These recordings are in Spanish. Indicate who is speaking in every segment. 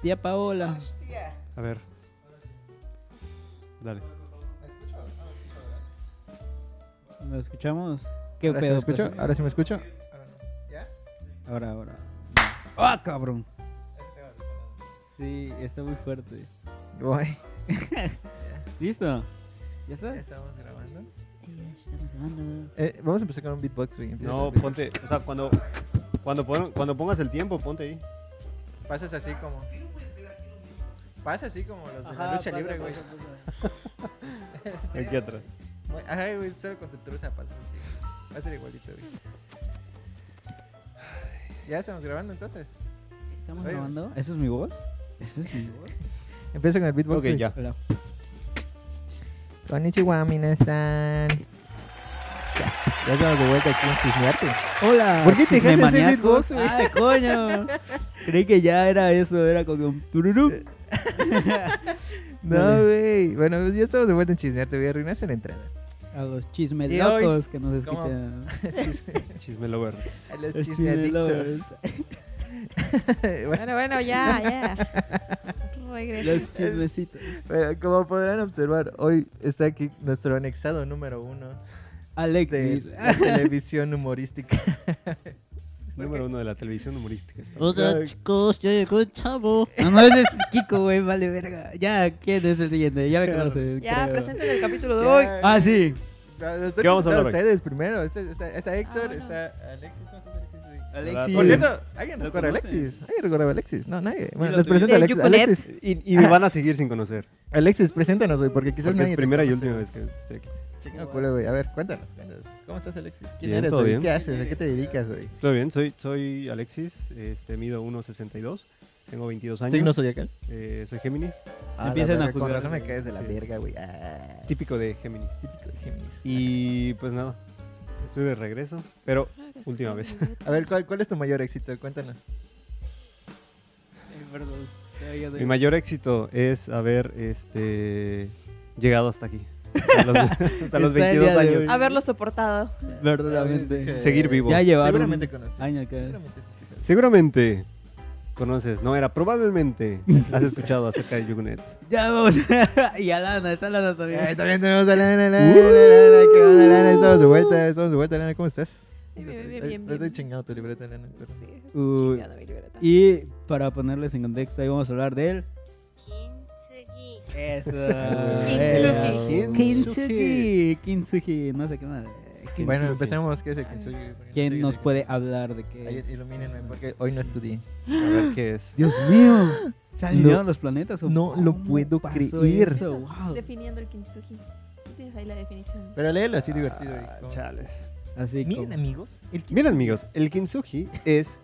Speaker 1: Tía Paola.
Speaker 2: Hostia.
Speaker 3: A ver. Dale.
Speaker 1: ¿Lo escuchamos? ¿Qué
Speaker 2: ¿Ahora sí
Speaker 1: pedo,
Speaker 2: me escucho?
Speaker 1: pues?
Speaker 2: ¿Ahora sí me escucho? ¿Ya?
Speaker 1: Ahora, ahora. ¡Ah, cabrón! Sí, está muy fuerte.
Speaker 2: Voy.
Speaker 1: ¿Listo? ¿Ya está?
Speaker 2: estamos grabando?
Speaker 1: Estamos grabando.
Speaker 2: Eh, vamos a empezar con un beatbox, güey. Empieza con
Speaker 3: No,
Speaker 2: un beatbox.
Speaker 3: ponte. O sea, cuando, cuando, pon- cuando pongas el tiempo, ponte ahí.
Speaker 2: Pasas así como. Pasa así como los de
Speaker 1: Ajá,
Speaker 2: la lucha
Speaker 1: pasa,
Speaker 2: libre, güey.
Speaker 1: pasa, pasa.
Speaker 3: Aquí atrás.
Speaker 2: Muy- Ajá, güey, solo con tu truza pasas así. güey. Va a ser igualito, güey. Ya estamos grabando entonces.
Speaker 1: ¿Estamos
Speaker 2: Oye.
Speaker 1: grabando? ¿Eso es mi voz? ¿Eso es mi voz?
Speaker 2: Empieza con el beatbox.
Speaker 3: Ok,
Speaker 2: güey.
Speaker 3: ya.
Speaker 1: Hola.
Speaker 2: Konnichiwa, minasan. Ya estamos de vuelta aquí en Chismearte.
Speaker 1: Hola.
Speaker 2: ¿Por qué te dejaste hacer
Speaker 1: chismemaniacos.
Speaker 2: beatbox, güey?
Speaker 1: Ay, coño. Creí que ya era eso, era como un tururum.
Speaker 2: No,
Speaker 1: Dale.
Speaker 2: güey. Bueno, pues ya estamos de vuelta en Chismearte. Voy a arruinarse la entrada.
Speaker 1: A los chismes
Speaker 2: Y hoy-
Speaker 1: locos que nos
Speaker 2: ¿Cómo?
Speaker 1: escuchan.
Speaker 3: Chisme lover.
Speaker 2: A los
Speaker 1: Los
Speaker 2: chismeadictos. bueno,
Speaker 4: Bueno, bueno, ya, ya. Regresé.
Speaker 1: Los chismecitos.
Speaker 2: bueno, como podrán observar, hoy está aquí nuestro anexado número uno de
Speaker 1: Alexis.
Speaker 2: la televisión humorística.
Speaker 3: Número uno de la televisión humorística. española.
Speaker 2: Ay.
Speaker 5: Hola chicos, yo llegó el chavo.
Speaker 1: No, no, ese es Kiko, güey, vale verga. Ya, ¿quién es el siguiente? Ya me conoces.
Speaker 4: Ya,
Speaker 1: creo.
Speaker 4: presenten el capítulo de
Speaker 2: Ya,
Speaker 4: hoy.
Speaker 1: Ah, sí.
Speaker 2: No, Los tengo
Speaker 3: ¿Qué
Speaker 2: que
Speaker 3: vamos a
Speaker 2: presentar a
Speaker 3: hablar hoy?
Speaker 2: ustedes primero. Este- está, está Héctor,
Speaker 4: Ah,
Speaker 2: está Alexis. ¿Cómo estás, Alexis?
Speaker 3: Sí.
Speaker 2: Por cierto, alguien
Speaker 1: Lo
Speaker 2: recuerda a Alexis.
Speaker 1: conoces.
Speaker 2: Alguien recuerda a Alexis. No, nadie. Bueno,
Speaker 1: los
Speaker 2: les
Speaker 1: vi.
Speaker 2: presento a
Speaker 4: El
Speaker 2: Alexis.
Speaker 4: Yuculet.
Speaker 2: Alexis,
Speaker 3: Y, y me van a seguir sin conocer.
Speaker 2: Alexis, preséntanos, güey, porque quizás
Speaker 3: Porque
Speaker 2: nadie
Speaker 3: es
Speaker 2: te
Speaker 3: primera y
Speaker 2: conoce,
Speaker 3: última
Speaker 2: güey.
Speaker 3: vez que estoy aquí.
Speaker 2: Chinga, culo, güey. A ver, cuéntanos, cuéntanos. ¿Cómo estás, Alexis? ¿Quién
Speaker 3: Bien,
Speaker 2: eres,
Speaker 3: todo
Speaker 2: güey?
Speaker 3: bien.
Speaker 2: ¿Qué haces? ¿A qué te dedicas, güey?
Speaker 3: Todo bien, soy, soy Alexis, este, mido 1.62, tengo 22 años,
Speaker 2: ¿Signo zodiacal?
Speaker 3: eh, soy Géminis,
Speaker 2: Ah,
Speaker 1: Empiezan
Speaker 2: la
Speaker 1: a
Speaker 2: verga, Con
Speaker 1: juzgar.
Speaker 2: razón me caes de la
Speaker 3: Sí.
Speaker 2: verga, güey. Ah,
Speaker 3: típico de Géminis.
Speaker 2: típico de Géminis.
Speaker 3: Y pues nada, estoy de regreso, pero última vez.
Speaker 2: A ver, ¿cuál, cuál es tu mayor éxito? Cuéntanos.
Speaker 1: Eh, perdón. Todavía
Speaker 3: Mi
Speaker 1: soy-
Speaker 3: mayor éxito es haber este, llegado hasta aquí, hasta los, hasta los
Speaker 1: Está el día
Speaker 3: 22
Speaker 1: de
Speaker 3: años.
Speaker 1: hoy.
Speaker 4: Haberlo soportado.
Speaker 1: Verdaderamente.
Speaker 3: Seguir vivo.
Speaker 1: Ya llevaron.
Speaker 2: Seguramente conoces.
Speaker 1: Año acá.
Speaker 2: Seguramente te escuchas.
Speaker 3: Seguramente conoces, no era, probablemente has escuchado acerca de Yugunet.
Speaker 1: Ya vamos. y Alana, está Alana también.
Speaker 2: Ay, también tenemos a Lana,
Speaker 1: Uh.
Speaker 2: Lana, Lana, Lana, qué onda, Lana, estamos de vuelta, estamos de vuelta, Lana, ¿cómo estás?
Speaker 4: Bien, bien, bien,
Speaker 2: Ay,
Speaker 4: bien,
Speaker 2: Le estoy
Speaker 4: bien.
Speaker 2: chingando tu libreta, Lana. pero-
Speaker 4: Sí,
Speaker 1: Uy,
Speaker 4: chingada mi libreta.
Speaker 1: Uh, Y para ponerles en contexto, ahí vamos a hablar de él.
Speaker 6: Kintsugi.
Speaker 1: Eso.
Speaker 3: Kintsugi.
Speaker 1: Kintsugi. Kintsugi. Kintsugi. No sé qué más. Kintsugi.
Speaker 2: Bueno, empecemos, ¿qué es el Kintsugi? Porque no sé
Speaker 1: ¿Quién
Speaker 2: qué
Speaker 1: nos
Speaker 2: es el
Speaker 1: puede hablar de qué
Speaker 2: Kintsugi.
Speaker 1: es?
Speaker 2: Ay, Ilumínenme, porque hoy no
Speaker 1: Sí.
Speaker 2: estudié.
Speaker 3: A ver qué es.
Speaker 1: Dios mío. ¿Se
Speaker 2: alinearon
Speaker 1: alinearon los planetas?
Speaker 2: o cómo pasó
Speaker 1: Oh,
Speaker 2: eso?
Speaker 4: Definiendo el kintsugi. Tú tienes ahí la definición.
Speaker 2: Pero léelo así divertido. güey,
Speaker 3: Ah,
Speaker 2: ¿cómo?
Speaker 3: chales.
Speaker 1: Así
Speaker 2: Miren, amigos, el
Speaker 3: Bien amigos, el kintsugi es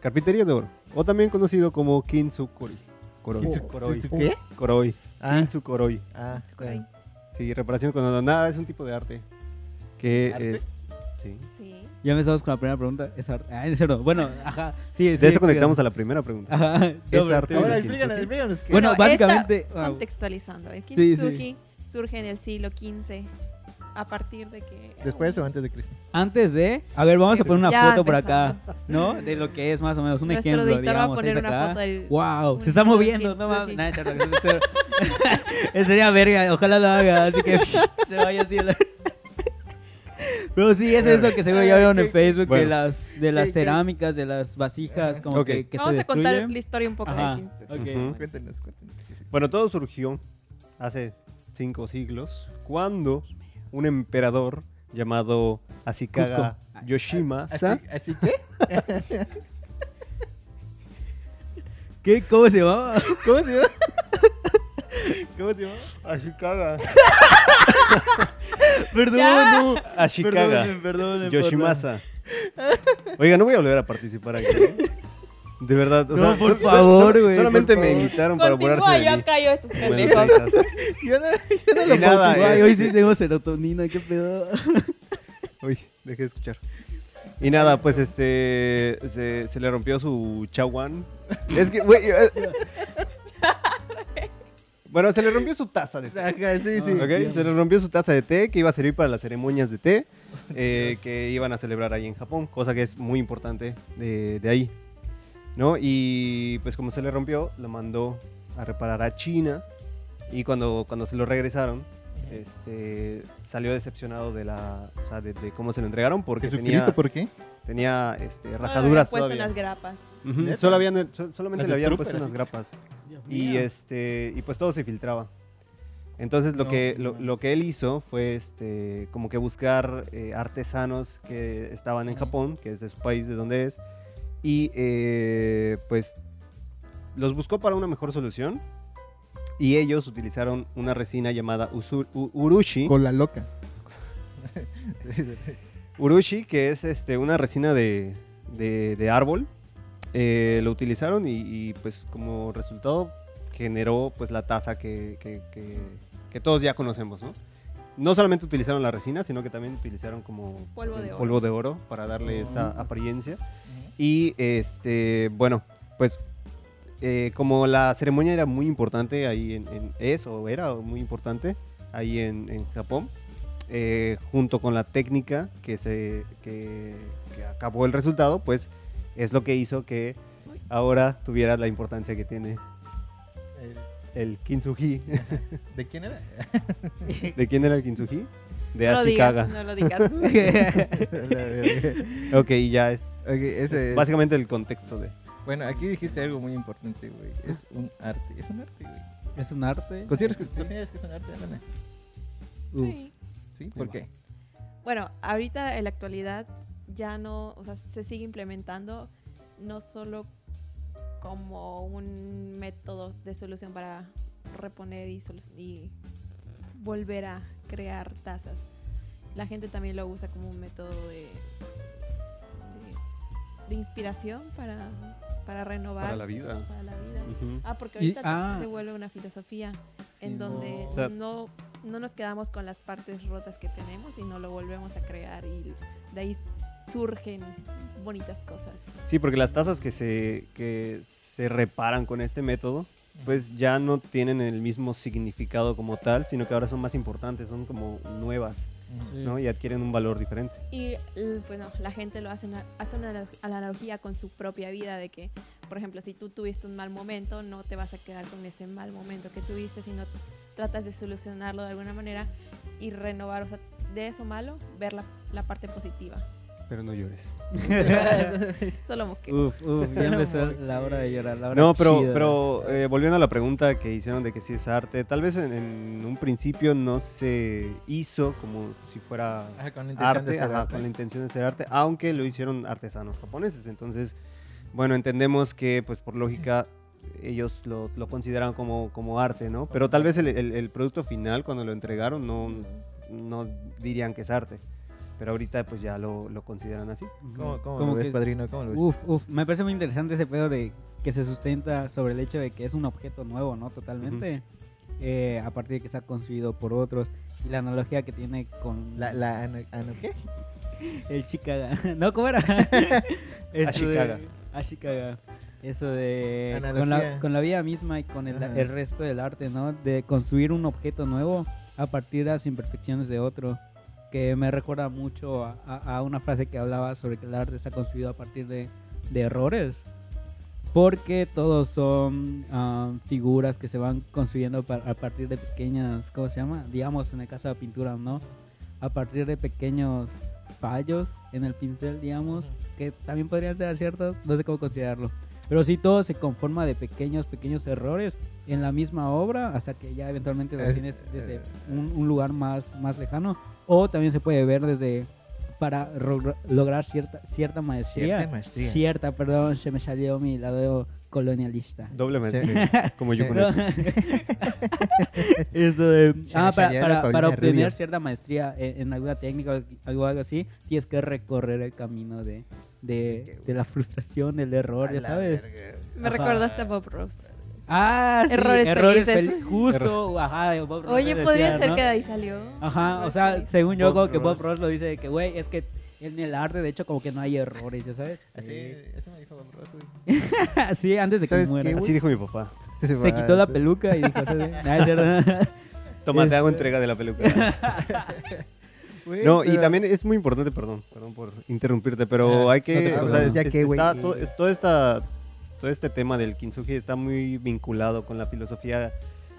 Speaker 3: carpintería de oro, o también conocido como kintsukori. Koroi.
Speaker 2: Kintsu-
Speaker 3: Koroi.
Speaker 2: ¿Kintsu qué?
Speaker 3: Koroi.
Speaker 2: Ah.
Speaker 3: Kintsukoroi.
Speaker 2: Ah, está bien.
Speaker 3: Sí, reparación con oro. Nada, es un tipo de arte que
Speaker 2: ¿Arte?
Speaker 3: es... sí.
Speaker 4: Sí.
Speaker 1: Ya empezamos con la primera pregunta. Es arte. Ah, es cierto. Bueno, ajá. Sí,
Speaker 3: De eso conectamos a la primera pregunta.
Speaker 1: Ajá. doble,
Speaker 3: arte.
Speaker 1: doble.
Speaker 2: Ahora
Speaker 3: el
Speaker 2: explícanos,
Speaker 3: Kintsugi.
Speaker 2: explícanos qué.
Speaker 1: Bueno,
Speaker 4: esta-
Speaker 1: básicamente- ah,
Speaker 4: Contextualizando. El
Speaker 1: sí.
Speaker 4: kintsugi surge en el siglo XV. A partir de que. era
Speaker 2: después
Speaker 4: un-
Speaker 2: o antes de Cristo.
Speaker 1: Antes de. A ver, vamos a poner una
Speaker 4: Ya
Speaker 1: foto por acá.
Speaker 4: empezando.
Speaker 1: ¿No? De lo que es más o menos. Un
Speaker 4: Nuestro
Speaker 1: ejemplo,
Speaker 4: editor va a
Speaker 1: digamos.
Speaker 4: poner
Speaker 1: es
Speaker 4: una
Speaker 1: acá.
Speaker 4: foto del-
Speaker 1: ¡Wow! Se
Speaker 4: un
Speaker 1: está
Speaker 4: foto del
Speaker 1: moviendo. No mames.
Speaker 4: Kintsugi.
Speaker 1: Nada, es cierto, es cierto. Eso sería verga. Ojalá lo haga. Así que se vaya así. a la- Pero sí, es eso que seguro ya
Speaker 2: Ay,
Speaker 1: vieron
Speaker 2: qué-
Speaker 1: en Facebook de
Speaker 3: Bueno.
Speaker 1: las, de las
Speaker 2: qué- qué-
Speaker 1: cerámicas, de las vasijas, como
Speaker 3: Ok.
Speaker 1: que, que
Speaker 4: Vamos
Speaker 1: se
Speaker 4: a contar
Speaker 1: destruyen.
Speaker 4: la historia un poco
Speaker 1: Ajá.
Speaker 4: del
Speaker 1: Ok.
Speaker 4: kintsugi.
Speaker 3: Ujú.
Speaker 2: Cuéntenos, cuéntenos. qué es el-
Speaker 3: Bueno, todo surgió hace cinco siglos cuando un emperador llamado Asikaga Yoshima
Speaker 1: Ah,
Speaker 2: Así, así que,
Speaker 1: ¿Qué? ¿Cómo se llamaba?
Speaker 2: ¿cómo se llama? ¿Cómo se llama?
Speaker 3: Ashikaga.
Speaker 1: Perdón,
Speaker 4: Ya.
Speaker 1: no.
Speaker 3: Ashikaga.
Speaker 1: Perdón, perdón.
Speaker 3: Yoshimasa. Oiga, no voy a volver a participar aquí. ¿eh? De verdad, o
Speaker 1: No,
Speaker 3: sea,
Speaker 1: por
Speaker 3: sol- sol-
Speaker 1: favor,
Speaker 3: sol-
Speaker 1: güey,
Speaker 3: solamente
Speaker 1: por
Speaker 3: me
Speaker 1: favor.
Speaker 3: invitaron para burlarse
Speaker 4: Continúa, este
Speaker 3: de
Speaker 4: yo
Speaker 3: mí.
Speaker 4: callo estos
Speaker 3: Bueno,
Speaker 4: pendejos.
Speaker 3: Texas.
Speaker 2: Yo no, yo no
Speaker 3: Y nada, este,
Speaker 2: puedo
Speaker 1: Ay,
Speaker 3: es-
Speaker 1: hoy sí tengo serotonina, qué pedo.
Speaker 3: Uy, dejé de escuchar. Y nada, pues este se, se le rompió su chaguán. Es que güey, eh, Bueno, se le rompió su taza de té.
Speaker 2: Ajá, sí, sí.
Speaker 3: ¿ok?
Speaker 1: Dios.
Speaker 3: Se le rompió su taza de té que iba a servir para las ceremonias de té eh, que iban a celebrar ahí en Japón, cosa que es muy importante de, de ahí. ¿no? Y pues como se le rompió, lo mandó a reparar a China. Y cuando, cuando se lo regresaron, este, salió decepcionado de la, o sea, de, de cómo se lo entregaron porque tenía,
Speaker 2: ¿Jesucristo por qué?
Speaker 3: tenía este,
Speaker 4: Solo le
Speaker 3: rajaduras
Speaker 4: habían puesto
Speaker 3: todavía.
Speaker 4: unas grapas.
Speaker 3: Ujú,
Speaker 2: ¿Neta?
Speaker 3: solo habían- sol- solamente le
Speaker 2: Las de
Speaker 3: habían
Speaker 2: Trooper,
Speaker 3: puesto
Speaker 2: así.
Speaker 3: unas grapas y
Speaker 1: Y es.
Speaker 3: este y pues todo se filtraba entonces lo
Speaker 2: No,
Speaker 3: que
Speaker 2: no
Speaker 3: lo,
Speaker 2: mames.
Speaker 3: lo que él hizo fue este como que buscar eh, artesanos que estaban en
Speaker 2: Ujú.
Speaker 3: Japón que es de su país de donde es y eh, pues los buscó para una mejor solución y ellos utilizaron una resina llamada usu- u- urushi
Speaker 2: Con la loca.
Speaker 3: urushi que es este una resina de, de- de árbol Eh, lo utilizaron y, y, pues como resultado generó pues la taza que, que- que- que todos ya conocemos no no solamente utilizaron la resina sino que también utilizaron como
Speaker 4: Polvo de
Speaker 3: el
Speaker 4: oro.
Speaker 3: polvo de oro para darle esta
Speaker 2: Ujú.
Speaker 3: apariencia y este bueno pues eh, como la ceremonia era muy importante ahí en, en- es o era muy importante ahí en, en Japón eh, junto con la técnica que se que, que acabó el resultado pues es lo que hizo que ahora tuviera la importancia que tiene
Speaker 2: El-
Speaker 3: el kintsugi
Speaker 2: ¿De quién era?
Speaker 3: de quién era el kintsugi de
Speaker 4: no lo digas,
Speaker 3: Ashikaga
Speaker 4: no lo digas.
Speaker 5: La verga.
Speaker 3: ok ya es,
Speaker 5: Ok, ese
Speaker 3: es
Speaker 5: es-
Speaker 3: básicamente el contexto de
Speaker 2: Bueno, aquí dijiste algo muy importante, güey. Es un arte. Es un arte, güey.
Speaker 1: Es un arte.
Speaker 2: ¿Consideras que, consideras que es un arte, Alana?
Speaker 4: Sí.
Speaker 2: ¿Sí? ¿Por
Speaker 3: va.
Speaker 2: qué?
Speaker 4: Bueno, ahorita en la actualidad ya no, o sea, se sigue implementando no solo como un método de solución para reponer y, solu- y volver a crear tazas. La gente también lo usa como un método de, de- de inspiración para, para renovar.
Speaker 3: Para la vida.
Speaker 4: Para la vida.
Speaker 3: Ujú.
Speaker 4: Ah, porque
Speaker 1: Y-
Speaker 4: ahorita
Speaker 1: ah.
Speaker 4: se vuelve una filosofía en donde
Speaker 3: O sea-
Speaker 4: no, no nos quedamos con las partes rotas que tenemos y no lo volvemos a crear y de ahí surgen bonitas cosas.
Speaker 3: Sí, porque las tazas que se, que se reparan con este método, pues ya no tienen el mismo significado como tal, sino que ahora son más importantes, son como nuevas, ¿no? Y adquieren un valor diferente.
Speaker 4: Y l- bueno, la gente lo hace, una- hace una analog- a la analogía con su propia vida de que, por ejemplo, si tú tuviste un mal momento, no te vas a quedar con ese mal momento que tuviste, sino tratas de solucionarlo de alguna manera y renovar, o sea, de eso malo, ver la, la parte positiva.
Speaker 3: Pero no llores.
Speaker 4: Solo mosqueo.
Speaker 1: Uf, uf, ya
Speaker 2: Suena
Speaker 1: empezó
Speaker 2: muy
Speaker 1: la hora de llorar. La hora
Speaker 3: No, pero,
Speaker 1: chida.
Speaker 3: pero eh, volviendo a la pregunta que hicieron de que si es arte, tal vez en, en un principio no se hizo como si fuera
Speaker 2: Ajá, Ah, con la intención de
Speaker 3: arte,
Speaker 2: hacer
Speaker 3: ajá,
Speaker 2: arte.
Speaker 3: con la intención de ser arte, aunque lo hicieron artesanos japoneses. Entonces, bueno, entendemos que, pues por lógica, ellos lo, lo consideran como, como arte, ¿no? Pero tal vez el, el- el producto final, cuando lo entregaron, no, no dirían que es arte. Pero ahorita, pues ya lo, lo consideran así.
Speaker 5: ¿Cómo, cómo
Speaker 1: Como
Speaker 5: lo ves,
Speaker 1: que-
Speaker 5: padrino? ¿Cómo lo
Speaker 2: Uh,
Speaker 5: ves?
Speaker 1: Uf, uf, me parece muy interesante ese pedo de que se sustenta sobre el hecho de que es un objeto nuevo, ¿no? Totalmente. eh, a partir de que se ha construido por otros. Y la analogía que tiene con
Speaker 5: La, la, ano- ano- ¿qué?
Speaker 1: el Chicaga. ¿No? ¿Cómo era? Eso de- Ah,
Speaker 3: Ashikaga.
Speaker 1: Ashikaga. Eso de. Con la,
Speaker 5: Analogía.
Speaker 1: con la vida misma y con el,
Speaker 5: Ajá.
Speaker 1: el resto del arte, ¿no? De construir un objeto nuevo a partir de las imperfecciones de otro. Que me recuerda mucho a, a- a una frase que hablaba sobre que el arte está construido a partir de, de errores. Porque todos son ah, figuras que se van construyendo pa- a partir de pequeñas, ¿cómo se llama? Digamos, en el caso de la pintura, ¿no? A partir de pequeños fallos en el pincel, digamos, que también podrían ser aciertos, no sé cómo considerarlo. Pero sí todo se conforma de pequeños, pequeños errores en la misma obra hasta que ya eventualmente lo
Speaker 2: Es-
Speaker 1: tienes desde
Speaker 2: eh,
Speaker 1: un, un lugar más, más lejano. O también se puede ver desde para ro- lograr cierta, cierta maestría.
Speaker 5: Cierta maestría.
Speaker 1: Cierta, perdón, se me salió mi lado colonialista.
Speaker 3: Doble
Speaker 5: Sí.
Speaker 3: maestría, como yo
Speaker 5: Sí.
Speaker 3: con
Speaker 1: No.
Speaker 3: él.
Speaker 1: Eso de-
Speaker 5: Se me
Speaker 1: ah, para,
Speaker 5: salió
Speaker 1: para-
Speaker 5: la Paulina
Speaker 1: para obtener
Speaker 5: Rubio.
Speaker 1: cierta maestría eh, en, en alguna técnica o algo, algo así, tienes que recorrer el camino de, de-
Speaker 5: qué, güey?
Speaker 1: de la frustración, del error,
Speaker 5: A
Speaker 1: ya
Speaker 5: la
Speaker 1: sabes.
Speaker 5: verga.
Speaker 4: Me
Speaker 1: Ajá.
Speaker 4: recordaste a Bob Ross.
Speaker 1: Ah, sí,
Speaker 4: Errores felices.
Speaker 1: fel- Justo, ajá. de Bob Ross
Speaker 4: Oye,
Speaker 1: decía,
Speaker 4: podría ser
Speaker 1: ¿no?
Speaker 4: que Pues de ahí salió.
Speaker 1: Ajá, o
Speaker 4: Errores
Speaker 1: sea,
Speaker 4: felices.
Speaker 1: según yo,
Speaker 5: Bob
Speaker 1: como que Bob
Speaker 5: Ross.
Speaker 1: Ross lo dice de que, güey, es que en el arte, de hecho, como que no hay errores, ya sabes.
Speaker 2: Así, eso me dijo Bob Ross, güey.
Speaker 1: sí, antes de que
Speaker 5: ¿Sabes
Speaker 1: muera.
Speaker 5: qué,
Speaker 3: Así dijo mi papá.
Speaker 1: Se quitó la peluca y dijo, "Sabe- nada, es cierto".
Speaker 3: Toma, te hago
Speaker 1: Este-
Speaker 3: entrega de la peluca.
Speaker 5: Güey,
Speaker 3: No, y
Speaker 5: pero-
Speaker 3: también es muy importante, perdón, perdón por interrumpirte, pero hay
Speaker 5: Ah, no te
Speaker 3: que, o sea,
Speaker 5: preocupes.
Speaker 3: es-
Speaker 5: Ya que, güey,
Speaker 3: está
Speaker 5: que-
Speaker 3: to- toda esta todo este tema del kintsugi está muy vinculado con la filosofía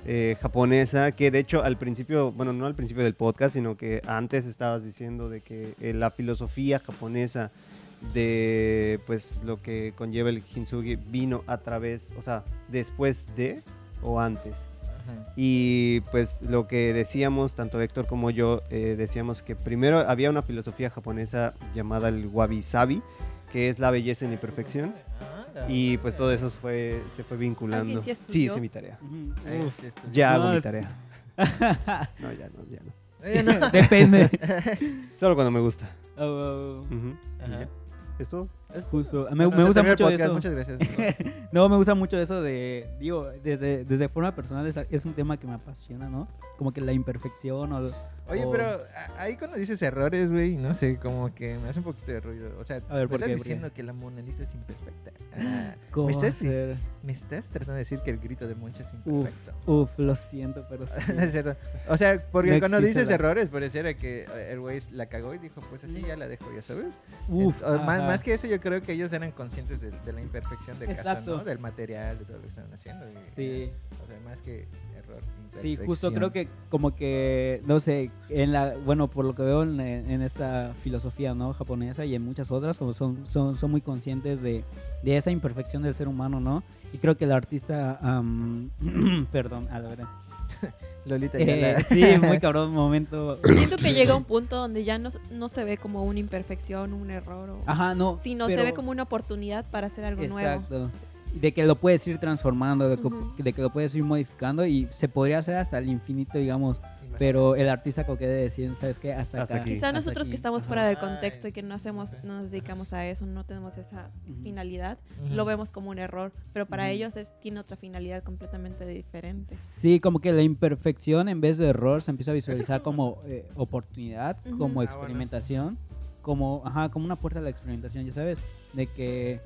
Speaker 3: eh, japonesa, que de hecho al principio, bueno, no al principio del podcast, sino que antes estabas diciendo de que eh, la filosofía japonesa de pues lo que conlleva el kintsugi vino a través, o sea, después de o antes.
Speaker 2: Ajá.
Speaker 3: Y pues lo que decíamos, tanto Héctor como yo, eh, decíamos que primero había una filosofía japonesa llamada el wabi sabi, que es la belleza en la imperfección.
Speaker 2: Ah, la
Speaker 3: Y
Speaker 2: madre.
Speaker 3: pues todo eso fue, se fue vinculando.
Speaker 4: ¿Alguien sí
Speaker 3: sí,
Speaker 4: estudió?
Speaker 3: hice mi tarea.
Speaker 1: Ujú.
Speaker 2: Ahí
Speaker 1: Uf.
Speaker 2: sí estoy.
Speaker 3: Ya hago
Speaker 1: No,
Speaker 3: mi
Speaker 1: es-
Speaker 3: tarea. No, ya no, ya no.
Speaker 2: Eh, no.
Speaker 1: Depende.
Speaker 3: Solo cuando me gusta.
Speaker 1: Oh,
Speaker 3: Ujú. Y
Speaker 2: Ajá.
Speaker 3: ya. ¿Es todo?
Speaker 1: justo. Me,
Speaker 5: Bueno,
Speaker 1: me
Speaker 5: se
Speaker 1: gusta
Speaker 5: terminó el
Speaker 1: mucho
Speaker 5: podcast,
Speaker 1: eso.
Speaker 5: Muchas gracias.
Speaker 1: No, me gusta mucho eso de, digo, desde, desde forma personal es, es un tema que me apasiona, ¿no? Como que la imperfección o...
Speaker 2: Oye,
Speaker 1: o-
Speaker 2: pero a- ahí cuando dices errores, güey, no sé, como que me hace un poquito de ruido. O sea,
Speaker 1: A ver,
Speaker 2: me
Speaker 1: ¿por qué?
Speaker 2: estás
Speaker 1: ¿Por qué?
Speaker 2: diciendo que la Mona Lisa es imperfecta. Ah,
Speaker 1: ¿cómo
Speaker 2: me, estás, dis-
Speaker 1: hacer?
Speaker 2: me estás tratando de decir que el grito de Moncha es
Speaker 1: Uf,
Speaker 2: imperfecto.
Speaker 1: uf, lo siento, pero sí.
Speaker 2: No es cierto. O sea, porque
Speaker 1: No
Speaker 2: cuando
Speaker 1: existe
Speaker 2: dices
Speaker 1: la-
Speaker 2: errores, pareciera que eh, el güey la cagó y dijo, pues así ya la dejo, ya sabes.
Speaker 1: Uf,
Speaker 2: Ent- o más,
Speaker 1: ajá.
Speaker 2: más que eso, yo creo que ellos eran conscientes de, de la imperfección de casa,
Speaker 1: Exacto.
Speaker 2: ¿no? Del material, de todo lo que estaban haciendo. y- eh,
Speaker 1: Sí.
Speaker 2: O sea, más que error.
Speaker 1: Sí, justo
Speaker 2: imperfección.
Speaker 1: creo que como que, no sé, en la, bueno, por lo que veo en, en esta filosofía ¿no? japonesa y en muchas otras, como son, son, son muy conscientes de, de esa imperfección del ser humano, ¿no? Y creo que el artista, am, perdón, a la verdad.
Speaker 2: Lolita ya
Speaker 1: Eh,
Speaker 2: la...
Speaker 1: sí, muy cabrón momento.
Speaker 4: Siento que llega un punto donde ya no, no se ve como una imperfección, un error, o,
Speaker 1: Ajá, no.
Speaker 4: sino
Speaker 1: pero-
Speaker 4: se ve como una oportunidad para hacer algo nuevo.
Speaker 1: Exacto. De que lo puedes ir transformando, de, co-
Speaker 4: Ujú.
Speaker 1: de que lo puedes ir modificando y se podría hacer hasta el infinito, digamos, pero el artista como que debe decir, ¿sabes qué? Hasta,
Speaker 3: Hasta
Speaker 1: acá,
Speaker 3: aquí.
Speaker 4: Quizá
Speaker 1: hasta
Speaker 4: nosotros
Speaker 1: aquí".
Speaker 4: que estamos
Speaker 1: Ajá.
Speaker 4: fuera del
Speaker 2: Ay,
Speaker 4: contexto y que no hacemos,
Speaker 2: no sé.
Speaker 4: no nos dedicamos a eso, no tenemos esa
Speaker 1: Ujú.
Speaker 4: finalidad,
Speaker 2: Ujú.
Speaker 4: lo vemos como un error, pero para
Speaker 1: Ujú.
Speaker 4: ellos es, tiene otra finalidad completamente diferente.
Speaker 1: Sí, como que la imperfección en vez de error se empieza a visualizar como eh, oportunidad,
Speaker 4: Ujú. Ah,
Speaker 1: como
Speaker 4: bueno.
Speaker 1: experimentación, como, ajá, como una puerta a la experimentación, ya sabes, de que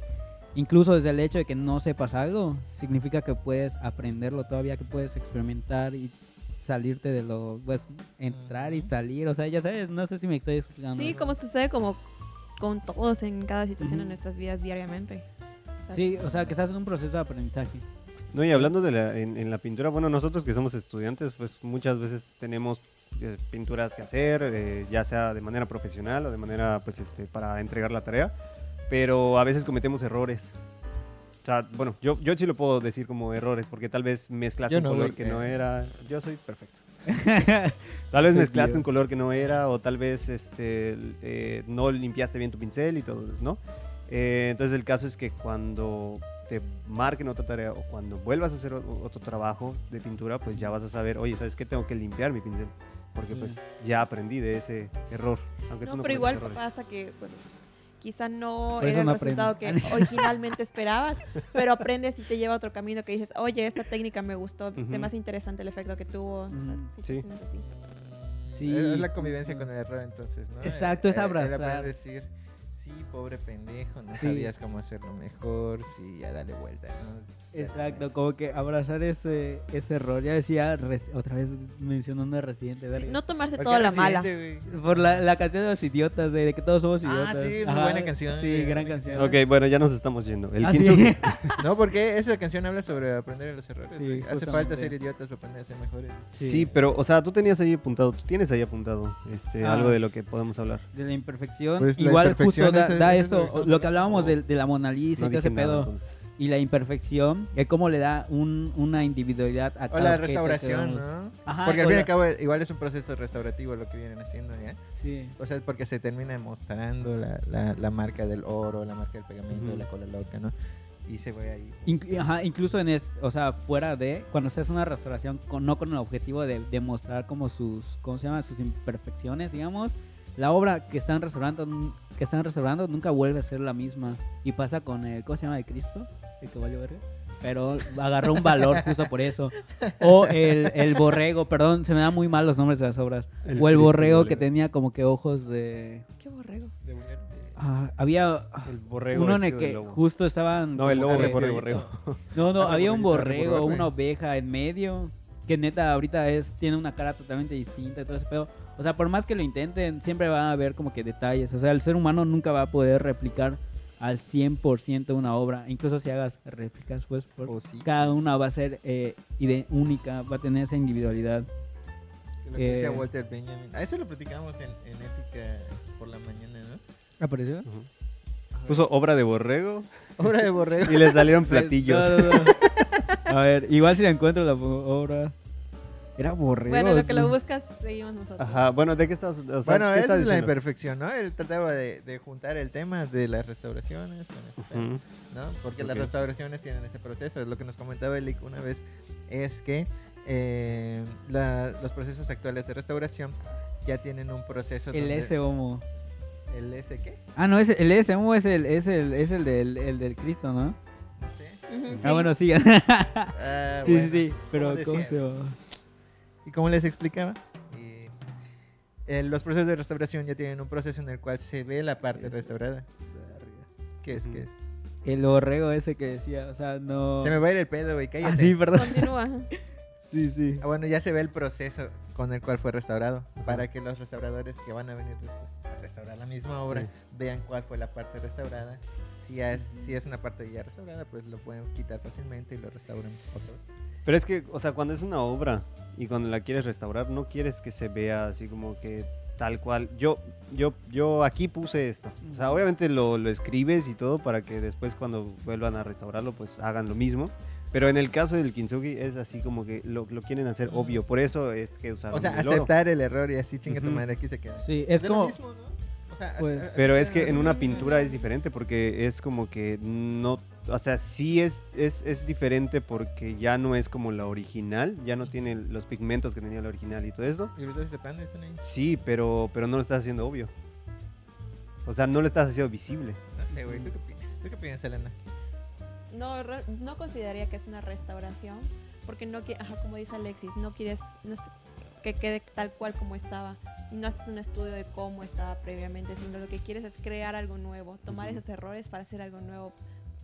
Speaker 1: incluso desde el hecho de que no sepas algo, significa que puedes aprenderlo todavía, que puedes experimentar y salirte de lo, pues, entrar y
Speaker 2: Ujú.
Speaker 1: salir, o sea, ya sabes, no sé si me estoy explicando.
Speaker 4: Sí, como sucede como con todos en cada situación
Speaker 1: Ujú.
Speaker 4: en nuestras vidas diariamente.
Speaker 1: Sí, o sea, que estás en un proceso de aprendizaje.
Speaker 3: No, y hablando de la, en, en la pintura, bueno, nosotros que somos estudiantes, pues muchas veces tenemos eh, pinturas que hacer, eh, ya sea de manera profesional o de manera, pues, este, para entregar la tarea, pero a veces cometemos errores. O sea, bueno, yo, yo sí lo puedo decir como errores, porque tal vez mezclaste
Speaker 2: Yo
Speaker 3: un
Speaker 2: no,
Speaker 3: color
Speaker 2: güey,
Speaker 3: que
Speaker 2: eh.
Speaker 3: no era. Yo soy perfecto. Tal vez
Speaker 1: Soy
Speaker 3: mezclaste un
Speaker 1: Dios.
Speaker 3: color que no era, o tal vez este, l- eh, no limpiaste bien tu pincel y todo eso, ¿no? Eh, entonces el caso es que cuando te marquen otra tarea o cuando vuelvas a hacer o- otro trabajo de pintura, pues ya vas a saber, oye, ¿sabes qué? Tengo que limpiar mi pincel. Porque
Speaker 1: Sí.
Speaker 3: pues ya aprendí de ese error. Aunque
Speaker 4: No,
Speaker 3: tú no
Speaker 4: pero
Speaker 3: cometas
Speaker 4: igual
Speaker 3: errores.
Speaker 4: pasa que bueno, quizá no
Speaker 1: Por eso
Speaker 4: era el
Speaker 1: no
Speaker 4: resultado
Speaker 1: aprendes.
Speaker 4: que originalmente esperabas, pero aprendes y te lleva a otro camino que dices, oye, esta técnica me gustó,
Speaker 3: Ujú.
Speaker 4: se me hace interesante el efecto que tuvo.
Speaker 1: Ujú.
Speaker 4: Situaciones así.
Speaker 1: Sí.
Speaker 2: Es la convivencia con el error, entonces, ¿no? Eh,
Speaker 1: Exacto, es
Speaker 2: El- el
Speaker 1: abrazar.
Speaker 2: aprender a decir, sí, pobre pendejo, no
Speaker 1: Sí.
Speaker 2: sabías cómo hacerlo mejor, sí, ya dale vuelta, ¿no? Ya
Speaker 1: Exacto,
Speaker 2: sabes.
Speaker 1: como que abrazar ese, ese error. Ya decía, res- otra vez mencionando a Residente,
Speaker 4: Sí,
Speaker 1: verga.
Speaker 4: no tomarse
Speaker 2: ¿Por qué
Speaker 4: toda la
Speaker 2: Residente,
Speaker 4: mala.
Speaker 2: güey?
Speaker 1: Por la, la canción de los idiotas, güey, de que todos somos idiotas.
Speaker 2: Ah, sí, muy buena canción,
Speaker 1: Sí,
Speaker 2: güey,
Speaker 1: gran
Speaker 2: buena
Speaker 1: canción.
Speaker 3: Ok, bueno, ya nos estamos yendo. El
Speaker 1: Ah,
Speaker 3: kintsugi.
Speaker 1: sí.
Speaker 2: No, porque esa canción habla sobre aprender de los errores.
Speaker 1: Sí,
Speaker 2: güey. Hace
Speaker 1: justamente.
Speaker 2: falta ser idiotas para aprender a ser mejores.
Speaker 3: Sí. pero, o sea, tú tenías ahí apuntado, tú tienes ahí apuntado este,
Speaker 1: Ah.
Speaker 3: algo de lo que podemos hablar.
Speaker 1: De la imperfección.
Speaker 2: Pues la
Speaker 1: Igual
Speaker 2: imperfección
Speaker 1: justo da,
Speaker 2: es-
Speaker 1: da
Speaker 2: es lo que
Speaker 1: eso,
Speaker 2: estamos
Speaker 1: lo que
Speaker 2: hablando.
Speaker 1: hablábamos de, de la Mona Lisa
Speaker 3: No
Speaker 1: y todo
Speaker 3: dije
Speaker 1: ese
Speaker 3: nada,
Speaker 1: pedo.
Speaker 3: entonces.
Speaker 1: Y la imperfección, es como le da un, una individualidad a cada
Speaker 2: O la
Speaker 1: objeto que
Speaker 2: restauración,
Speaker 1: vemos.
Speaker 2: ¿no?
Speaker 1: Ajá,
Speaker 2: Porque al
Speaker 1: o
Speaker 2: fin y
Speaker 1: la-
Speaker 2: al cabo, igual es un proceso restaurativo lo que vienen haciendo, ¿ya?
Speaker 1: Sí.
Speaker 2: O sea, porque se termina mostrando la, la, la marca del oro, la marca del pegamento,
Speaker 3: Ujú.
Speaker 2: la cola loca, ¿no? Y se ve ahí.
Speaker 1: Inc- ajá, incluso en es, o sea, fuera de cuando se hace una restauración con- no con el objetivo de demostrar como sus ¿cómo se llama? sus imperfecciones, digamos, la obra que están restaurando n- que están restaurando nunca vuelve a ser la misma y pasa con el ¿cómo se llama? de Cristo, el que valió verga, pero agarró un valor justo por eso. O el, el borrego, perdón, se me dan muy mal los nombres de las obras. o el
Speaker 3: Cristo
Speaker 1: borrego que
Speaker 3: Bolero.
Speaker 1: tenía como que ojos de
Speaker 4: Qué borrego.
Speaker 2: De buñuel.
Speaker 1: ah, había ah,
Speaker 3: El borrego.
Speaker 1: uno en el
Speaker 3: vestido de
Speaker 1: que
Speaker 3: lobo.
Speaker 1: justo estaban
Speaker 3: No, el
Speaker 1: como
Speaker 3: lobo,
Speaker 1: que-
Speaker 3: el borrego. borrego.
Speaker 1: no, no,
Speaker 2: Ah,
Speaker 1: había un
Speaker 2: borreguito, el
Speaker 1: borrego,
Speaker 2: borrego,
Speaker 1: una oveja en medio, que neta ahorita es, tiene una cara totalmente distinta y todo ese pedo. O sea, por más que lo intenten, siempre va a haber como que detalles. O sea, el ser humano nunca va a poder replicar al 100% una obra, incluso si hagas réplicas, pues por-
Speaker 2: O Oh, sí.
Speaker 1: cada una va a ser eh, ide- única, va a tener esa individualidad.
Speaker 2: Lo que decía
Speaker 1: eh,
Speaker 2: Walter Benjamin. A eso lo platicamos en, en Ética por la mañana, ¿no?
Speaker 1: ¿Apareció?
Speaker 3: Ujú. Puso obra de borrego
Speaker 2: Obra de borrego.
Speaker 3: y le salieron
Speaker 1: Pues,
Speaker 3: platillos.
Speaker 1: A ver, igual si la encuentro la bo- obra. Era borrego.
Speaker 4: Bueno, lo que lo buscas, seguimos nosotros.
Speaker 3: Ajá, bueno, ¿de qué estás? o sea,
Speaker 2: Bueno,
Speaker 3: ¿qué
Speaker 2: esa
Speaker 3: estás
Speaker 2: es la
Speaker 3: diciendo?
Speaker 2: imperfección, ¿no? Él trataba de, de juntar el tema de las restauraciones con este tema,
Speaker 3: Ujú.
Speaker 2: ¿no? Porque las
Speaker 3: Ok.
Speaker 2: restauraciones tienen ese proceso. Es lo que nos comentaba Elick una vez, es que eh, la- los procesos actuales de restauración ya tienen un proceso
Speaker 1: El
Speaker 2: donde-
Speaker 1: S homo.
Speaker 2: ¿El S qué?
Speaker 1: Ah, no, es el S homo es el, es el, es el del, el del Cristo, ¿no?
Speaker 2: No sé.
Speaker 4: Ujú, sí.
Speaker 1: Ah, bueno, sí.
Speaker 2: Ah,
Speaker 1: sí, sí,
Speaker 2: bueno.
Speaker 1: sí. Pero
Speaker 2: ¿Cómo
Speaker 1: ¿cómo
Speaker 2: decía?
Speaker 1: se llama?
Speaker 2: Y como les explicaba, eh, eh, los procesos de restauración ya tienen un proceso en el cual se ve la parte
Speaker 1: Eso.
Speaker 2: restaurada. ¿Qué es?
Speaker 3: Ujú.
Speaker 2: ¿Qué es?
Speaker 1: El borrego ese que decía, o sea, no.
Speaker 2: Se me va a ir el pedo, güey, cállate.
Speaker 1: Oh. Ah, sí, perdón.
Speaker 4: Continúa.
Speaker 1: Sí, sí.
Speaker 2: Ah, bueno, ya se ve el proceso con el cual fue restaurado para que los restauradores que van a venir después a restaurar la misma obra
Speaker 3: Sí.
Speaker 2: vean cuál fue la parte restaurada. Si es, si es una parte ya restaurada, pues lo pueden quitar fácilmente y lo restauran otra vez.
Speaker 3: Pero es que, o sea, cuando es una obra y cuando la quieres restaurar, no quieres que se vea así como que tal cual. Yo, yo, yo aquí puse esto. O sea, obviamente lo, lo escribes y todo para que después cuando vuelvan a restaurarlo, pues hagan lo mismo. Pero en el caso del kintsugi es así como que lo, lo quieren hacer
Speaker 2: Ujú.
Speaker 3: obvio. Por eso es que usaron
Speaker 2: O sea,
Speaker 3: el oro.
Speaker 2: aceptar el error y así chinga tu
Speaker 3: Ujú.
Speaker 2: madre, aquí se queda.
Speaker 1: Sí, es
Speaker 2: De lo
Speaker 1: como.
Speaker 2: mismo, ¿no? O sea,
Speaker 1: pues-
Speaker 2: hace-
Speaker 3: Pero
Speaker 2: hace-
Speaker 3: es que en una pintura es diferente porque es como que no, o sea, sí es, es, es diferente porque ya no es como la original, ya no tiene los pigmentos que tenía la original y todo esto.
Speaker 2: ¿Y ahorita ese plano está ahí?
Speaker 3: Sí, pero, pero no lo estás haciendo obvio. O sea, no lo estás haciendo visible.
Speaker 2: No sé, güey, ¿tú qué opinas? ¿Tú qué opinas, Elena?
Speaker 4: No, re- no consideraría que es una restauración, porque no que, ajá, como dice Alexis, no quieres no es- que quede tal cual como estaba. No haces un estudio de cómo estaba previamente, sino lo que quieres es crear algo nuevo, tomar
Speaker 3: Ujú.
Speaker 4: esos errores para hacer algo nuevo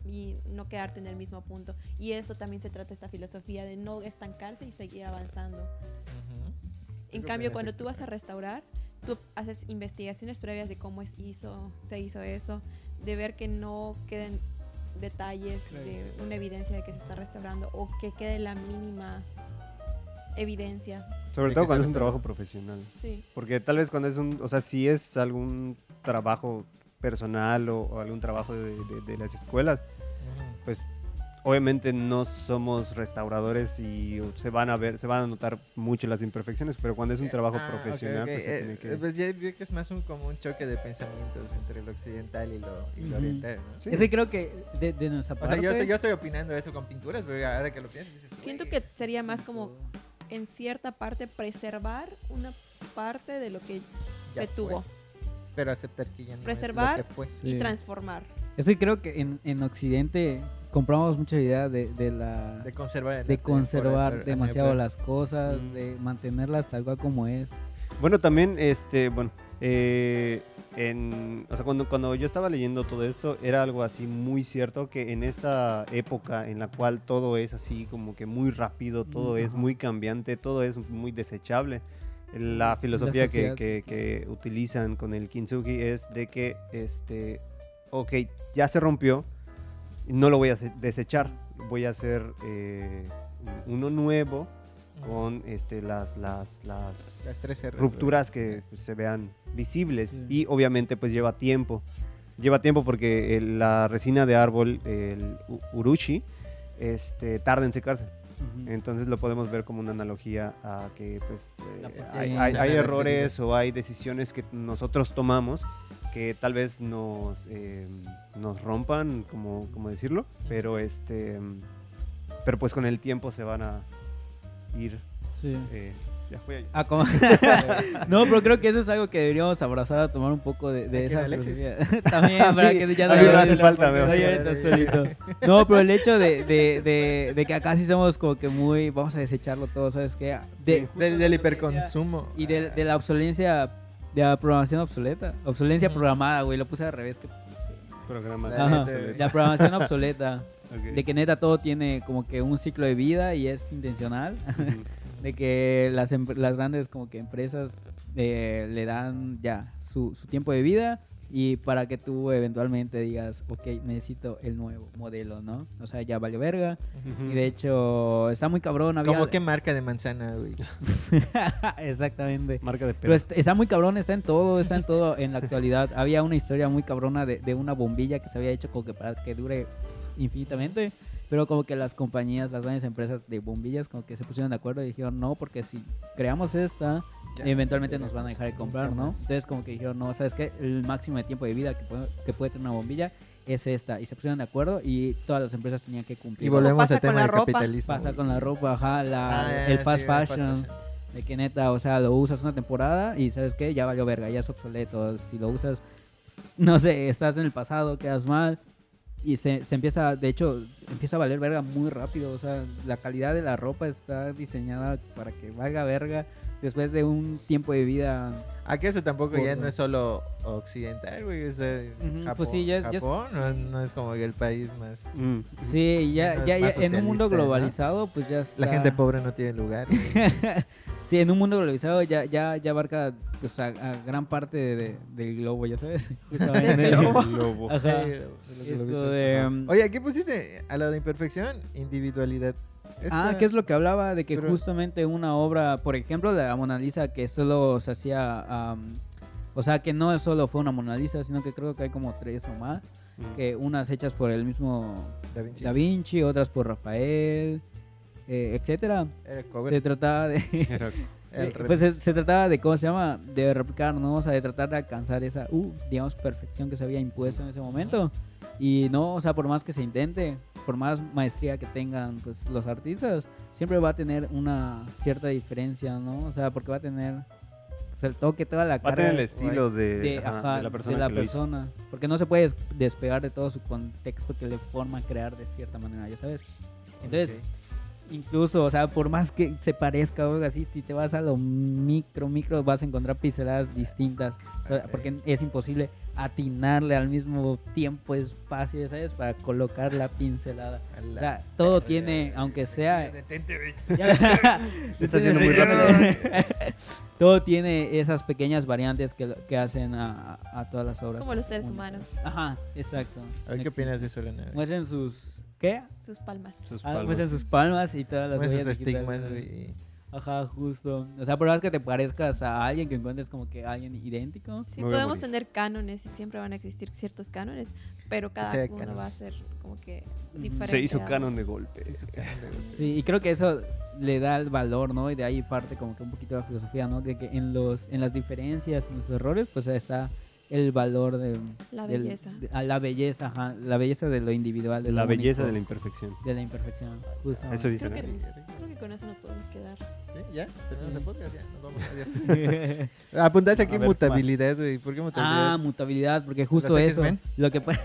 Speaker 4: y no quedarte en el mismo punto. Y eso también se trata esta filosofía de no estancarse y seguir avanzando. En
Speaker 2: Creo
Speaker 4: cambio,
Speaker 2: que
Speaker 4: cuando
Speaker 2: es
Speaker 4: tú vas a restaurar, tú haces investigaciones previas de cómo es hizo, se hizo eso, de ver que no queden detalles de una evidencia de que se está restaurando o que quede la mínima evidencia.
Speaker 3: Sobre
Speaker 2: ¿De
Speaker 3: todo
Speaker 2: qué
Speaker 3: cuando
Speaker 2: se
Speaker 3: es un
Speaker 2: trata?
Speaker 3: trabajo profesional.
Speaker 4: Sí.
Speaker 3: Porque tal vez cuando es un, o sea, si es algún trabajo personal o, o algún trabajo de, de- de las escuelas, pues obviamente no somos restauradores y se van a ver, se van a notar mucho las imperfecciones, pero cuando es un trabajo
Speaker 2: Ah, ok,
Speaker 3: profesional,
Speaker 2: ok,
Speaker 3: pues se
Speaker 2: eh,
Speaker 3: tiene que...
Speaker 2: eh, pues ya vi que es más un, como un choque de pensamientos entre lo occidental y lo, y lo
Speaker 1: Ujú.
Speaker 2: oriental, ¿no?
Speaker 3: Sí.
Speaker 1: Ese creo que de, de nuestra
Speaker 2: O
Speaker 1: parte.
Speaker 2: sea, yo estoy, yo estoy opinando eso con pinturas, pero ahora que lo piensas, dices,
Speaker 4: Siento
Speaker 2: güey,
Speaker 4: que sería más como en cierta parte preservar una parte de lo que
Speaker 2: ya fue.
Speaker 4: se tuvo
Speaker 2: Pero aceptar que ya no
Speaker 4: Preservar
Speaker 2: es lo que fue.
Speaker 1: Sí.
Speaker 4: y transformar.
Speaker 1: Estoy creo que en, en Occidente compramos mucha idea de, de la
Speaker 2: De
Speaker 1: de,
Speaker 2: conservar. este el arte,
Speaker 1: conservar
Speaker 2: por- por-
Speaker 1: demasiado
Speaker 2: por-
Speaker 1: las cosas,
Speaker 3: Mm.
Speaker 1: de mantenerlas tal cual como es.
Speaker 3: Bueno, también, este, bueno, eh, en, o sea, cuando, cuando yo estaba leyendo todo esto, era algo así muy cierto que en esta época en la cual todo es así como que muy rápido, todo es
Speaker 1: Ajá.
Speaker 3: muy cambiante, todo es muy desechable, la filosofía que,
Speaker 1: sociedad.
Speaker 3: que- que utilizan con el kintsugi es de que, este, ok, ya se rompió, no lo voy a se- desechar, voy a hacer eh, uno nuevo con este, las, las, las,
Speaker 2: Las tres errores.
Speaker 3: rupturas que pues, se vean visibles
Speaker 1: Sí.
Speaker 3: y obviamente pues lleva tiempo. Lleva tiempo porque el- la resina de árbol, el u- urushi, este, tarda en secarse. Entonces lo podemos ver como una analogía a que pues, eh,
Speaker 1: La
Speaker 3: hay-
Speaker 1: Sí.
Speaker 3: hay,
Speaker 1: La
Speaker 3: hay
Speaker 2: resina.
Speaker 3: errores o hay decisiones que nosotros tomamos que tal vez nos, eh, nos rompan, como, como decirlo, pero, este, pero pues con el tiempo se van a ir...
Speaker 1: Sí.
Speaker 3: eh, ya voy a-
Speaker 1: Ah, como- no, pero creo que eso es algo que deberíamos abrazar a tomar un poco de, de
Speaker 2: ¿A quién,
Speaker 1: esa
Speaker 2: Alexis? Ah,
Speaker 1: filosofía. También, para que ya
Speaker 3: A
Speaker 1: no
Speaker 3: mí me
Speaker 1: llores.
Speaker 3: hace falta,
Speaker 1: No
Speaker 3: veo.
Speaker 1: llores tan solito. No, pero el hecho de, de, de, de que acá sí somos como que muy, vamos a desecharlo todo, ¿sabes qué? De,
Speaker 2: Sí, del, del hiperconsumo.
Speaker 1: Y de, de la obsolencia, de la programación obsoleta. Obsolencia programada, güey, lo puse al revés. que-
Speaker 3: Programa
Speaker 2: La
Speaker 1: Ajá.
Speaker 2: neta, güey.
Speaker 1: La programación obsoleta.
Speaker 3: Ok.
Speaker 1: De que neta todo tiene como que un ciclo de vida y es intencional.
Speaker 3: Ujú.
Speaker 1: De que las, em- las grandes como que empresas eh, le dan ya su, su tiempo de vida y para que tú eventualmente digas, ok, necesito el nuevo modelo, ¿no? O sea, ya valió verga. Y
Speaker 3: Mm.
Speaker 1: de hecho, está muy cabrón. Había...
Speaker 2: ¿Cómo qué marca de manzana, güey?
Speaker 1: Exactamente.
Speaker 3: Marca de
Speaker 1: Pero
Speaker 3: pelo.
Speaker 1: est- está muy cabrón, está en todo, está en todo en la actualidad. Había una historia muy cabrona de, de una bombilla que se había hecho como que para que dure infinitamente. Pero como que las compañías, las grandes empresas de bombillas como que se pusieron de acuerdo y dijeron no, porque si creamos esta, eventualmente nos van a dejar de comprar, ¿no? Entonces como que dijeron no, ¿sabes qué? El máximo de tiempo de vida que puede, que puede tener una bombilla es esta. Y se pusieron de acuerdo y todas las empresas tenían que cumplir.
Speaker 2: Y volvemos
Speaker 4: pasa
Speaker 2: al tema
Speaker 4: con la
Speaker 2: del
Speaker 4: ropa?
Speaker 2: capitalismo.
Speaker 1: Pasa
Speaker 2: güey.
Speaker 1: con la ropa, ajá, la-
Speaker 2: Ah, ya,
Speaker 1: el
Speaker 2: sí,
Speaker 1: fast
Speaker 2: el fast
Speaker 1: fashion.
Speaker 2: fashion.
Speaker 1: De que neta, o sea, lo usas una temporada y sabes qué, ya valió verga, ya es obsoleto. Si lo usas, pues, no sé, estás en el pasado, quedas mal. Y se, se empieza, de hecho, empieza a valer verga muy rápido. O sea, la calidad de la ropa está diseñada para que valga verga después de un tiempo de vida.
Speaker 2: Aquí eso tampoco
Speaker 1: Por-
Speaker 2: ya no es solo occidental, güey. O sea,
Speaker 1: Ujú,
Speaker 2: Japón,
Speaker 1: pues sí, ya es- ya es-
Speaker 2: Japón no, no es como que el país más...
Speaker 3: Mm.
Speaker 1: Sí, ya,
Speaker 2: Más
Speaker 1: ya, ya en un mundo
Speaker 2: socialista, ¿no?
Speaker 1: globalizado, pues ya está.
Speaker 2: La gente pobre no tiene lugar. güey.
Speaker 1: sí, en un mundo globalizado ya, ya, ya abarca o sea, a gran parte de- de- del globo, ya sabes. Justamente.
Speaker 3: Lobo.
Speaker 1: Ajá.
Speaker 2: Sí, los
Speaker 1: Eso
Speaker 2: globitos,
Speaker 1: de,
Speaker 2: ajá.
Speaker 1: um,
Speaker 2: Oye, ¿qué pusiste? A lo de imperfección, individualidad.
Speaker 1: Ah,
Speaker 2: Esta-
Speaker 1: que es lo que hablaba de que
Speaker 2: pero-
Speaker 1: justamente una obra, por ejemplo, de la Mona Lisa, que solo se hacía. am, o sea, que no solo fue una Mona Lisa, sino que creo que hay como tres o más.
Speaker 3: Mm.
Speaker 1: Que unas hechas por el mismo
Speaker 2: Da Vinci.
Speaker 1: Da Vinci, otras por Rafael, eh, etcétera.
Speaker 2: Era cover,
Speaker 1: Se trataba de.
Speaker 3: Era-
Speaker 2: el
Speaker 1: Eh,
Speaker 2: rep-
Speaker 1: Pues se, se trataba de, ¿cómo se llama? De replicar, ¿no? O sea, de tratar de alcanzar esa, uh, digamos, perfección que se había impuesto en ese momento. Y no, o sea, por más que se intente, por más maestría que tengan pues, los artistas, siempre va a tener una cierta diferencia, ¿no? O sea, porque va a tener pues, el toque, toda la
Speaker 3: Va a
Speaker 1: cara
Speaker 3: tener el estilo de,
Speaker 1: de,
Speaker 3: ajá,
Speaker 1: ajá,
Speaker 3: de la persona que lo hizo.
Speaker 1: persona. Porque no se puede des- despegar de todo su contexto que le forma crear de cierta manera, ya sabes. Entonces, incluso, o sea, por más que se parezca o algo así, si te vas a lo micro, micro, vas a encontrar pinceladas distintas. O sea,
Speaker 2: Ok.
Speaker 1: Porque es imposible atinarle al mismo tiempo, espacio, ya ¿sabes? Para colocar la pincelada.
Speaker 2: A
Speaker 1: O
Speaker 2: la-
Speaker 1: sea, todo tiene, aunque sea...
Speaker 2: Detente, güey.
Speaker 1: Está
Speaker 3: haciendo muy
Speaker 1: Todo tiene esas pequeñas variantes que, lo- que hacen a, a- a todas las obras.
Speaker 4: Como los seres
Speaker 1: únicas.
Speaker 4: humanos,
Speaker 1: Ajá, exacto.
Speaker 2: A ver, ¿qué opinas de eso, Lena?
Speaker 1: Muestren sus... ¿Qué?
Speaker 4: sus palmas.
Speaker 3: Sus
Speaker 1: Ah,
Speaker 3: palmas.
Speaker 1: muestren sus palmas y todas las
Speaker 2: Como Pues, esos
Speaker 1: huellas digitales.
Speaker 2: estigmas, güey.
Speaker 1: Ajá, justo. O sea, por más que te parezcas a alguien que encuentres como que alguien idéntico.
Speaker 4: Sí,
Speaker 3: Me voy a
Speaker 4: podemos
Speaker 3: morir.
Speaker 4: tener cánones y siempre van a existir ciertos cánones, pero cada
Speaker 2: sea
Speaker 4: uno
Speaker 2: canon.
Speaker 4: va a ser como que
Speaker 1: Ujú.
Speaker 4: diferente.
Speaker 3: Se hizo
Speaker 4: a-
Speaker 3: canon de golpe.
Speaker 1: Sí, y creo que eso le da el valor, ¿no? Y de ahí parte como que un poquito la filosofía, ¿no? De que en los en las diferencias, en los errores, pues está el valor de
Speaker 4: La
Speaker 1: del-
Speaker 4: belleza.
Speaker 1: de- a la belleza, ajá, la belleza de lo individual, de lo
Speaker 3: La
Speaker 1: Ah,
Speaker 3: belleza de
Speaker 1: único,
Speaker 3: la imperfección.
Speaker 1: de la imperfección. Justo.
Speaker 3: Eso
Speaker 4: Creo
Speaker 3: dicen
Speaker 4: que,
Speaker 3: ahí.
Speaker 4: creo que con eso nos podemos quedar.
Speaker 2: ¿Sí? ¿Ya? ¿Terminamos el
Speaker 1: Sí.
Speaker 2: podcast? Ya, nos vamos. Adiós. Apuntarse aquí
Speaker 3: A ver,
Speaker 2: mutabilidad, güey. ¿Por qué mutabilidad?
Speaker 1: Ah, mutabilidad, porque justo
Speaker 2: ¿Los
Speaker 1: eso,
Speaker 2: X-Men?
Speaker 1: lo que puede-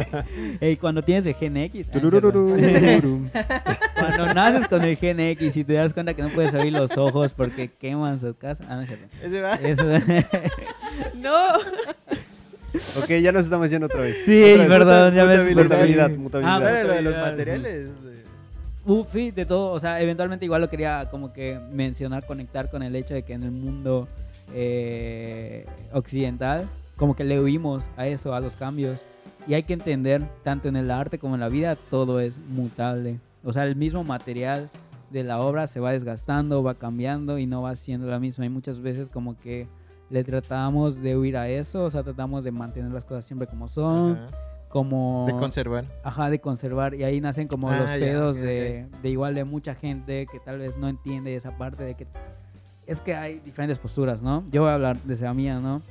Speaker 1: Ey, cuando tienes el gen X, ah, es
Speaker 3: Turururu.
Speaker 1: cierto. cuando naces con el gen X y te das cuenta que no puedes abrir los ojos porque queman su casa, ah, no es cierto.
Speaker 2: Ese va.
Speaker 1: Eso.
Speaker 4: ¡No!
Speaker 3: ok, ya nos estamos yendo otra vez.
Speaker 1: Sí,
Speaker 3: Otra vez,
Speaker 1: perdón,
Speaker 3: muta-
Speaker 1: ya ves.
Speaker 3: Mutabilidad,
Speaker 1: perdón.
Speaker 3: mutabilidad.
Speaker 1: Ah,
Speaker 2: Ahora lo de los
Speaker 1: mutabilidad.
Speaker 2: materiales. güey.
Speaker 1: Uf, sí, de todo, o sea, eventualmente igual lo quería como que mencionar, conectar con el hecho de que en el mundo eh, occidental como que le huimos a eso, a los cambios. Y hay que entender, tanto en el arte como en la vida, todo es mutable. O sea, el mismo material de la obra se va desgastando, va cambiando y no va siendo la misma. Y muchas veces como que le tratamos de huir a eso, o sea, tratamos de mantener las cosas siempre como son,
Speaker 2: Ajá.
Speaker 1: como...
Speaker 2: De conservar.
Speaker 1: Ajá, de conservar. Y ahí nacen como
Speaker 2: Ah,
Speaker 1: los
Speaker 2: ya,
Speaker 1: pedos
Speaker 2: ok,
Speaker 1: de, de igual de mucha gente que tal vez no entiende esa parte de que es que hay diferentes posturas, ¿no? Yo voy a hablar desde la mía, ¿no?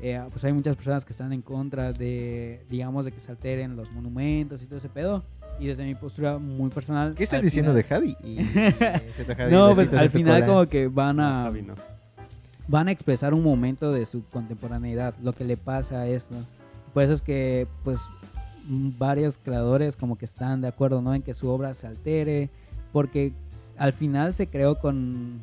Speaker 1: Eh, pues hay muchas personas que están en contra de, digamos, de que se alteren los monumentos y todo ese pedo. Y desde mi postura muy personal...
Speaker 2: ¿Qué estás
Speaker 1: al
Speaker 2: diciendo de
Speaker 1: final-
Speaker 2: Javi? Y- Zeto Javi,
Speaker 1: No,
Speaker 2: besitos
Speaker 1: pues
Speaker 2: en
Speaker 1: al
Speaker 2: tu
Speaker 1: final
Speaker 2: cola.
Speaker 1: como que van
Speaker 3: No,
Speaker 1: a
Speaker 3: Javi, no.
Speaker 1: van a expresar un momento de su contemporaneidad, lo que le pasa a esto. Por eso es que, pues, m- varios creadores como que están de acuerdo, ¿no? En que su obra se altere, porque al final se creó con,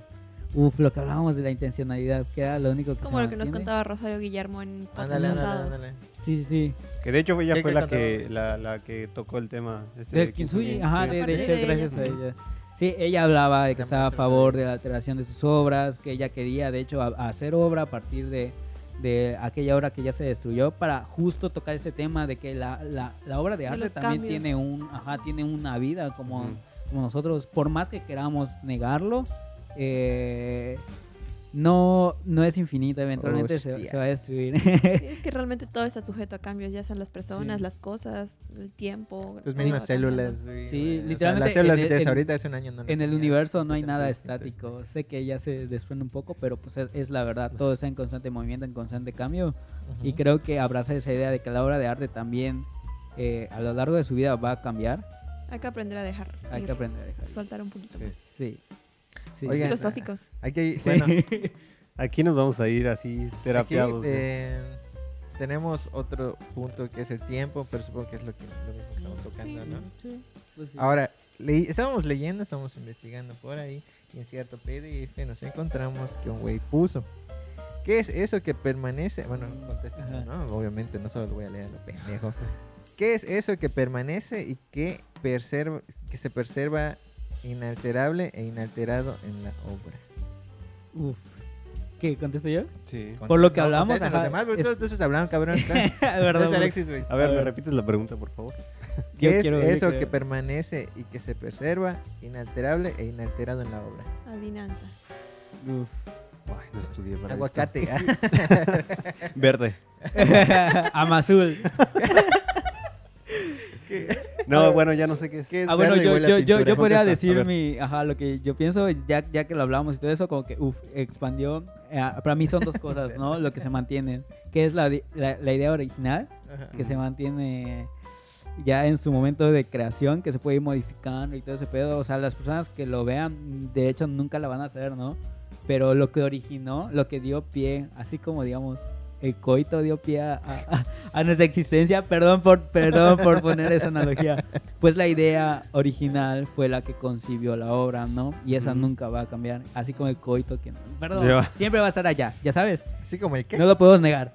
Speaker 1: uf, lo que hablábamos de la intencionalidad, que era lo único que se
Speaker 4: Como lo que nos
Speaker 1: mantiene.
Speaker 4: contaba Rosario Guillermo en podcast
Speaker 2: Ándale, ándale,
Speaker 4: pasados.
Speaker 2: ándale.
Speaker 1: Sí, sí, sí.
Speaker 3: Que de hecho ella
Speaker 2: ¿Qué-
Speaker 3: fue
Speaker 2: qué
Speaker 3: la que, la, la que tocó el tema. Este
Speaker 1: Del
Speaker 3: de
Speaker 1: Kintsugi,
Speaker 3: Kintsugi.
Speaker 1: ajá,
Speaker 3: Sí.
Speaker 1: de,
Speaker 4: A
Speaker 1: de
Speaker 4: partir
Speaker 1: hecho,
Speaker 4: de ella,
Speaker 1: gracias a
Speaker 4: ajá.
Speaker 1: ella. Sí, ella hablaba de que
Speaker 2: También
Speaker 1: estaba a
Speaker 2: se
Speaker 1: favor de la alteración de sus obras, que ella quería, de hecho, a- hacer obra a partir de, de aquella obra que ya se destruyó para justo tocar este tema de que la, la- la obra de arte
Speaker 4: los
Speaker 1: también
Speaker 4: cambios.
Speaker 1: tiene un ajá, tiene una vida como,
Speaker 3: Ujú.
Speaker 1: como nosotros, por más que queramos negarlo, eh, no, no es infinita, eventualmente se,
Speaker 2: Hostia.
Speaker 1: se va a destruir.
Speaker 4: Sí, es que realmente todo está sujeto a cambios, ya sean las personas,
Speaker 1: Sí.
Speaker 4: las cosas, el tiempo.
Speaker 2: Tus
Speaker 4: todo
Speaker 2: mismas
Speaker 4: va
Speaker 2: células,
Speaker 4: cambiando.
Speaker 2: güey,
Speaker 1: Sí,
Speaker 2: güey. O sea,
Speaker 1: literalmente
Speaker 2: las células
Speaker 1: en
Speaker 2: que
Speaker 1: el-
Speaker 2: tienes
Speaker 1: en-
Speaker 2: ahorita hace un año no las
Speaker 1: en el
Speaker 2: tenías,
Speaker 1: universo no hay
Speaker 2: completamente
Speaker 1: nada
Speaker 2: distintas.
Speaker 1: estático. Sé que ya se desprende un poco, pero pues es, es la verdad, todo está en constante movimiento, en constante cambio.
Speaker 2: Ujú.
Speaker 1: Y creo que abraza esa idea de que la obra de arte también eh, a lo largo de su vida va a cambiar.
Speaker 4: Hay que aprender a dejar.
Speaker 1: Hay
Speaker 4: ir,
Speaker 1: que aprender a dejar. ir.
Speaker 4: Soltar un poquito
Speaker 3: Sí.
Speaker 4: más.
Speaker 1: Sí. Sí.
Speaker 2: Oigan,
Speaker 4: Filosóficos.
Speaker 2: Aquí, bueno,
Speaker 3: Aquí nos vamos a ir así,
Speaker 2: aquí,
Speaker 3: terapiados. ¿no?
Speaker 2: eh, tenemos otro punto que es el tiempo, pero supongo que es lo, que, lo mismo que estamos tocando,
Speaker 4: Sí.
Speaker 2: ¿no?
Speaker 1: Pues sí.
Speaker 2: Ahora, leí- estábamos leyendo, estábamos investigando por ahí y en cierto PDF nos encontramos que un güey puso. ¿Qué es eso que permanece? Bueno, contesta,
Speaker 1: Ajá.
Speaker 2: ¿no? Obviamente, no solo lo voy a leer a lo pendejo. ¿Qué es eso que permanece y que, perserva- que se preserva inalterable e inalterado en la obra?
Speaker 1: Uf. ¿Qué contesto yo?
Speaker 3: Sí.
Speaker 1: Por lo que
Speaker 2: No,
Speaker 1: hablamos,
Speaker 2: contesten
Speaker 1: ajá,
Speaker 2: los demás, güey,
Speaker 1: es-
Speaker 2: todos ustedes hablaron, cabrón. claro.
Speaker 1: Perdón,
Speaker 2: Entonces, Alexis, güey.
Speaker 3: A ver,
Speaker 1: A
Speaker 3: ¿me
Speaker 1: ver.
Speaker 3: repites la pregunta, por favor?
Speaker 1: pues, yo
Speaker 2: ¿Qué es
Speaker 1: quiero- yo
Speaker 2: eso
Speaker 1: creo.
Speaker 2: que permanece y que se preserva inalterable e inalterado en la obra?
Speaker 4: Adivinanzas.
Speaker 3: Uf. Ay, no estudié para esto.
Speaker 2: Aguacate.
Speaker 3: Verde.
Speaker 1: Amazul.
Speaker 3: No, bueno, ya no sé qué es.
Speaker 1: Ah, bueno, yo, yo, yo, yo podría decir mi, ajá, lo que yo pienso, ya, ya que lo hablamos y todo eso, como que, uff, expandió. Eh, para mí son dos cosas, ¿no? Lo que se mantiene, que es la, di- la, la idea original, que se mantiene ya en su momento de creación, que se puede ir modificando y todo ese pedo. O sea, las personas que lo vean, de hecho, nunca la van a hacer, ¿no? Pero lo que originó, lo que dio pie, así como, digamos, el coito dio pie a, a- a nuestra existencia, perdón por, perdón por poner esa analogía, pues la idea original fue la que concibió la obra, ¿no? Y esa
Speaker 3: Ujú.
Speaker 1: nunca va a cambiar, así como el coito que... Perdón,
Speaker 3: Ya.
Speaker 1: siempre va a estar allá, ya sabes,
Speaker 4: Mm.
Speaker 2: Así como el qué.
Speaker 1: no lo podemos negar.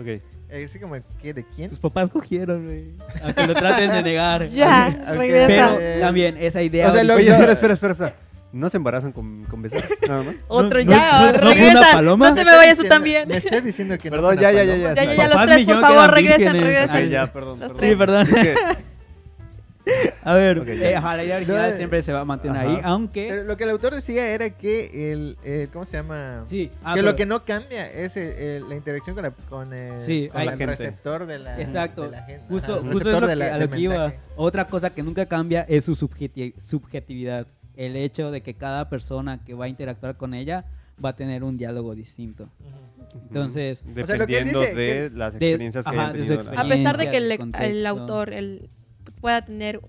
Speaker 3: Ok.
Speaker 2: Eh, Así como el qué de quién.
Speaker 1: Sus papás cogieron, güey. Aunque lo traten de negar.
Speaker 4: Ya,
Speaker 2: ok.
Speaker 4: regresa.
Speaker 1: Pero también esa idea.
Speaker 2: O sea, lo-
Speaker 1: original-
Speaker 3: Oye, espera, espera, espera, espera. ¿No se embarazan con, con besos? Nada más.
Speaker 4: Otro
Speaker 1: no- no-
Speaker 4: ya,
Speaker 1: no fue una
Speaker 4: regresa.
Speaker 1: paloma.
Speaker 4: No te
Speaker 2: estás
Speaker 4: me vayas tú
Speaker 2: diciendo-
Speaker 4: también.
Speaker 2: Me estás diciendo que no
Speaker 3: Perdón,
Speaker 2: fue
Speaker 3: ya,
Speaker 2: una
Speaker 3: ya, ya,
Speaker 2: paloma.
Speaker 4: Ya,
Speaker 3: Papás
Speaker 4: ya, ya, los tres, por
Speaker 1: millones
Speaker 4: favor,
Speaker 1: eran
Speaker 4: regresan,
Speaker 1: vírgenes.
Speaker 4: regresan.
Speaker 1: Ay,
Speaker 3: Ok, ya, perdón.
Speaker 4: Los
Speaker 1: Sí, perdón.
Speaker 3: Es que-
Speaker 1: A ver,
Speaker 3: Ok, ya.
Speaker 1: eh, ajá, la idea original
Speaker 2: No, eh,
Speaker 1: siempre se va a mantener
Speaker 3: ajá.
Speaker 1: ahí, aunque.
Speaker 2: Pero lo que el autor decía era que el. eh, ¿Cómo se llama?
Speaker 1: Sí, ah,
Speaker 2: que
Speaker 1: pero-
Speaker 2: lo que no cambia es eh, eh, la interacción con, la, con el,
Speaker 1: Sí,
Speaker 2: con
Speaker 1: hay-
Speaker 2: el
Speaker 3: gente.
Speaker 2: receptor de la,
Speaker 1: Exacto.
Speaker 2: de la gente.
Speaker 1: Justo,
Speaker 2: Ajá, el
Speaker 1: justo es
Speaker 2: receptor
Speaker 1: lo
Speaker 2: de
Speaker 1: que,
Speaker 2: la-
Speaker 1: a
Speaker 2: del
Speaker 1: lo que iba.
Speaker 2: mensaje.
Speaker 1: Otra cosa que nunca cambia es su subjeti- subjetividad. El hecho de que cada persona que va a interactuar con ella va a tener un diálogo distinto.
Speaker 2: Ujú.
Speaker 1: Entonces,
Speaker 3: Ujú.
Speaker 2: O sea, lo que él
Speaker 3: dependiendo
Speaker 2: dice,
Speaker 3: de las
Speaker 1: de-
Speaker 3: experiencias que
Speaker 1: ajá,
Speaker 3: hayan
Speaker 1: de su
Speaker 3: tenido. la-
Speaker 4: A
Speaker 1: experiencia.
Speaker 4: pesar de que el,
Speaker 1: contexto.
Speaker 4: el autor el- pueda tener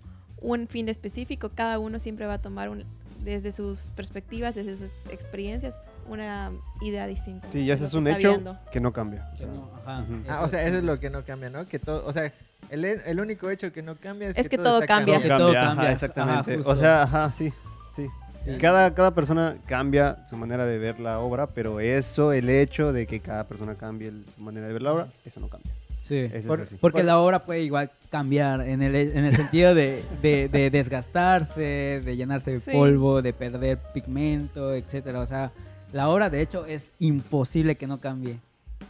Speaker 4: un fin específico, cada uno siempre va a tomar un- desde sus perspectivas, desde sus experiencias, una idea distinta.
Speaker 1: Ah,
Speaker 3: Sí, ya
Speaker 4: de
Speaker 3: ese
Speaker 4: lo
Speaker 3: es
Speaker 4: que
Speaker 3: un
Speaker 4: está
Speaker 3: hecho
Speaker 4: viendo.
Speaker 3: que no cambia. o
Speaker 1: pues, que
Speaker 3: sea.
Speaker 1: no, ajá,
Speaker 3: Ujú.
Speaker 2: Ah, o sea, eso es lo que no cambia, ¿no? Que todo, o sea, el, el único hecho que no cambia es,
Speaker 4: Es que todo
Speaker 2: está
Speaker 4: cambia.
Speaker 3: Todo
Speaker 4: Que
Speaker 1: todo
Speaker 3: cambia, ajá,
Speaker 1: cambia.
Speaker 3: exactamente.
Speaker 1: Ajá, justo.
Speaker 3: o sea, ajá, sí. sí.
Speaker 1: Sí.
Speaker 3: Cada, cada persona cambia su manera de ver la obra, pero eso, el hecho de que cada persona cambie el- su manera de ver la obra, eso no cambia.
Speaker 1: Sí.
Speaker 3: Eso es así.
Speaker 1: Porque la obra puede igual cambiar en el, en el sentido de, de- de desgastarse, de llenarse de
Speaker 4: Sí.
Speaker 1: polvo, de perder pigmento, etcétera. O sea, la obra de hecho es imposible que no cambie.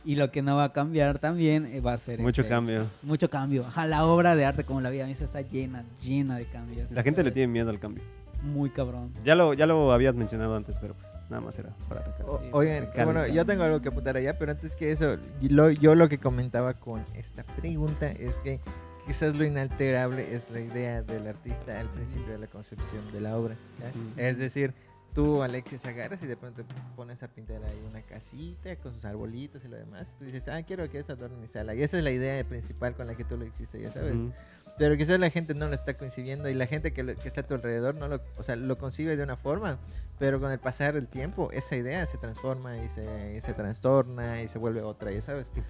Speaker 1: Y lo que no va a cambiar también eh, va a ser
Speaker 3: Mucho
Speaker 1: ese-
Speaker 3: cambio.
Speaker 1: Mucho cambio. Ajá, la obra de arte como la vida misma está llena, llena de cambios.
Speaker 3: La gente
Speaker 1: O sea,
Speaker 3: le tiene miedo al cambio.
Speaker 1: muy cabrón.
Speaker 3: Ya lo, ya lo habías mencionado antes, pero pues nada más era para recalcar.
Speaker 2: O-
Speaker 1: Sí,
Speaker 2: Oigan,
Speaker 3: recalca.
Speaker 2: bueno, yo tengo algo que apuntar allá, pero antes que eso, lo- yo lo que comentaba con esta pregunta es que quizás lo inalterable es la idea del artista al principio de la concepción de la obra. ¿ya?
Speaker 3: Ujú.
Speaker 2: Es decir, tú, Alexis, agarras y de pronto pones a pintar ahí una casita con sus arbolitos y lo demás. Tú dices, ah, quiero que eso adorne mi sala. Y esa es la idea principal con la que tú lo hiciste, ya sabes.
Speaker 3: Ujú.
Speaker 2: Pero quizás la gente no lo está coincidiendo y la gente que, lo- que está a tu alrededor no lo, o sea, lo concibe de una forma, pero con el pasar del tiempo esa idea se transforma y se, y se trastorna y se vuelve otra, ya sabes.
Speaker 3: Ujú.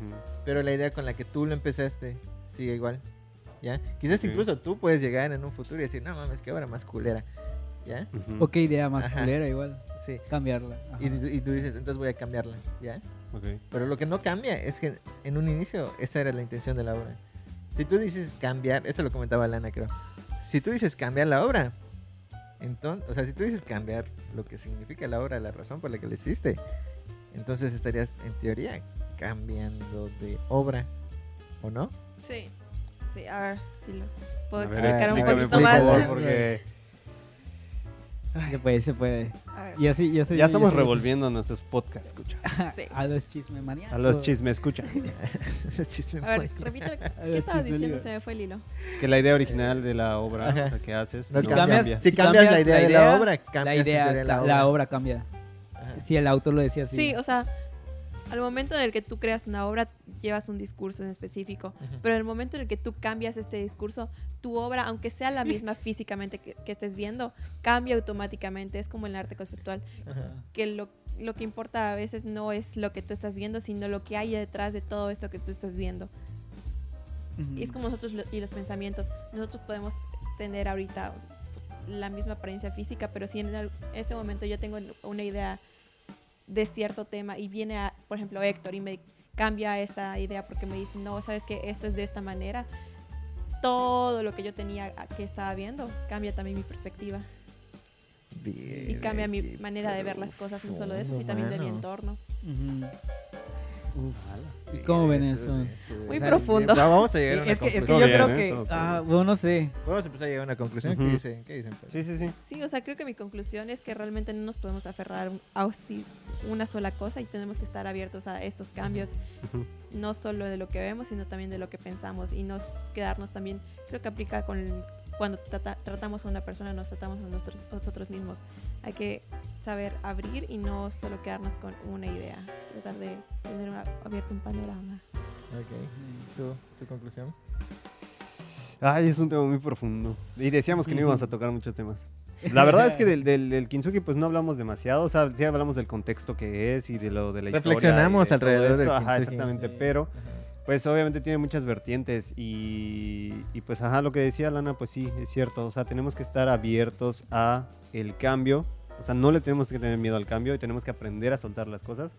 Speaker 2: Pero la idea con la que tú lo empezaste sigue igual, ¿ya? Quizás
Speaker 3: Sí.
Speaker 2: incluso tú puedes llegar en un futuro y decir, no mames, qué obra más culera, ¿ya?
Speaker 3: Ujú.
Speaker 1: O qué idea más
Speaker 2: Ajá.
Speaker 1: culera igual.
Speaker 2: Sí.
Speaker 1: Cambiarla. Ajá.
Speaker 2: Y, y tú dices, entonces voy a cambiarla, ¿ya?
Speaker 3: Ok.
Speaker 2: Pero lo que no cambia es que en un inicio esa era la intención de la obra. Si tú dices cambiar, eso lo comentaba Lana, creo. Si tú dices cambiar la obra, entonces, o sea, si tú dices cambiar lo que significa la obra, la razón por la que la hiciste, entonces estarías en teoría cambiando de obra, ¿o no?
Speaker 4: Sí, sí, a ver si lo puedo
Speaker 3: A ver,
Speaker 4: explicar un
Speaker 3: explícame,
Speaker 4: poquito
Speaker 3: por
Speaker 4: más.
Speaker 3: favor, porque
Speaker 1: Se puede, se puede.
Speaker 4: A ver,
Speaker 1: Y así, y así-
Speaker 3: ya
Speaker 1: y
Speaker 3: estamos
Speaker 1: así-
Speaker 3: revolviendo nuestros podcasts, escucha.
Speaker 4: sí.
Speaker 1: A los chismes maníacos.
Speaker 3: A los chismes, escucha.
Speaker 2: Chisme
Speaker 4: A ver,
Speaker 2: maníaco.
Speaker 4: repito, ¿qué
Speaker 1: los chismes
Speaker 4: estabas diciendo?
Speaker 1: libres.
Speaker 4: Se me fue el hilo.
Speaker 3: Que la idea original de la obra
Speaker 2: Ajá.
Speaker 3: la que haces
Speaker 2: No
Speaker 3: no
Speaker 2: cambias,
Speaker 3: cambia.
Speaker 2: Si,
Speaker 1: Si
Speaker 2: cambias, la
Speaker 1: cambias
Speaker 2: idea,
Speaker 1: la
Speaker 2: de la
Speaker 1: idea,
Speaker 2: obra,
Speaker 1: La
Speaker 2: cambias
Speaker 1: idea, la, la obra. cambia.
Speaker 2: Ajá.
Speaker 1: Si el autor lo decía así.
Speaker 4: Sí, o sea, al momento en el que tú creas una obra, llevas un discurso en específico.
Speaker 2: Ujú.
Speaker 4: Pero en el momento en el que tú cambias este discurso, tu obra, aunque sea la misma físicamente que, que estés viendo, cambia automáticamente. Es como el arte conceptual,
Speaker 2: Ajá.
Speaker 4: que lo, lo que importa a veces no es lo que tú estás viendo, sino lo que hay detrás de todo esto que tú estás viendo.
Speaker 1: Ujú.
Speaker 4: Y es como nosotros lo- y los pensamientos. Nosotros podemos tener ahorita la misma apariencia física, pero si en al- este momento yo tengo una idea de cierto tema y viene, a, por ejemplo, Héctor y me cambia esta idea porque me dice, no, sabes que esto es de esta manera, todo lo que yo tenía a- que estaba viendo cambia también mi perspectiva y
Speaker 2: Bien,
Speaker 4: cambia mi
Speaker 2: qué
Speaker 4: manera de ver las cosas, no solo de eso, sino también de mi
Speaker 2: mano.
Speaker 4: entorno.
Speaker 1: Ujú. Uf. ¿Y cómo ven eso?
Speaker 4: Muy profundo.
Speaker 2: ya Vamos a llegar
Speaker 1: Sí,
Speaker 2: a una
Speaker 1: es que, es que
Speaker 2: conclusión.
Speaker 1: yo
Speaker 3: Todo
Speaker 1: creo
Speaker 3: bien, ¿eh?
Speaker 1: que.
Speaker 3: Todo
Speaker 1: Ah, bueno, no sé.
Speaker 2: Vamos a empezar a llegar a una conclusión. ¿Qué
Speaker 3: Ujú.
Speaker 2: dicen? ¿Qué dicen?
Speaker 3: Sí, sí, sí.
Speaker 4: Sí, o sea, creo que mi conclusión es que realmente no nos podemos aferrar a sí- una sola cosa y tenemos que estar abiertos a estos cambios,
Speaker 3: Ujú.
Speaker 4: no solo de lo que vemos, sino también de lo que pensamos y no s- quedarnos también, creo que aplica con cuando trata- tratamos a una persona, nos tratamos a nuestros- nosotros mismos. Hay que saber abrir y no solo quedarnos con una idea, tratar de tener una- abierto un panorama.
Speaker 2: Ok. ¿Tú, ¿Tu conclusión?
Speaker 3: Ay, es un tema muy profundo. Y decíamos que no íbamos a tocar muchos temas. La verdad es que del, del, del Kintsugi pues no hablamos demasiado, o sea, sí hablamos del contexto que es y de lo de la historia.
Speaker 2: Reflexionamos
Speaker 3: y de todo
Speaker 2: alrededor del
Speaker 3: Ajá,
Speaker 2: Kintsugi.
Speaker 3: exactamente,
Speaker 1: Sí.
Speaker 3: pero pues obviamente tiene muchas vertientes y, y, pues ajá, lo que decía Lana, pues sí, es cierto, o sea, tenemos que estar abiertos a el cambio, o sea, no le tenemos que tener miedo al cambio y tenemos que aprender a soltar las cosas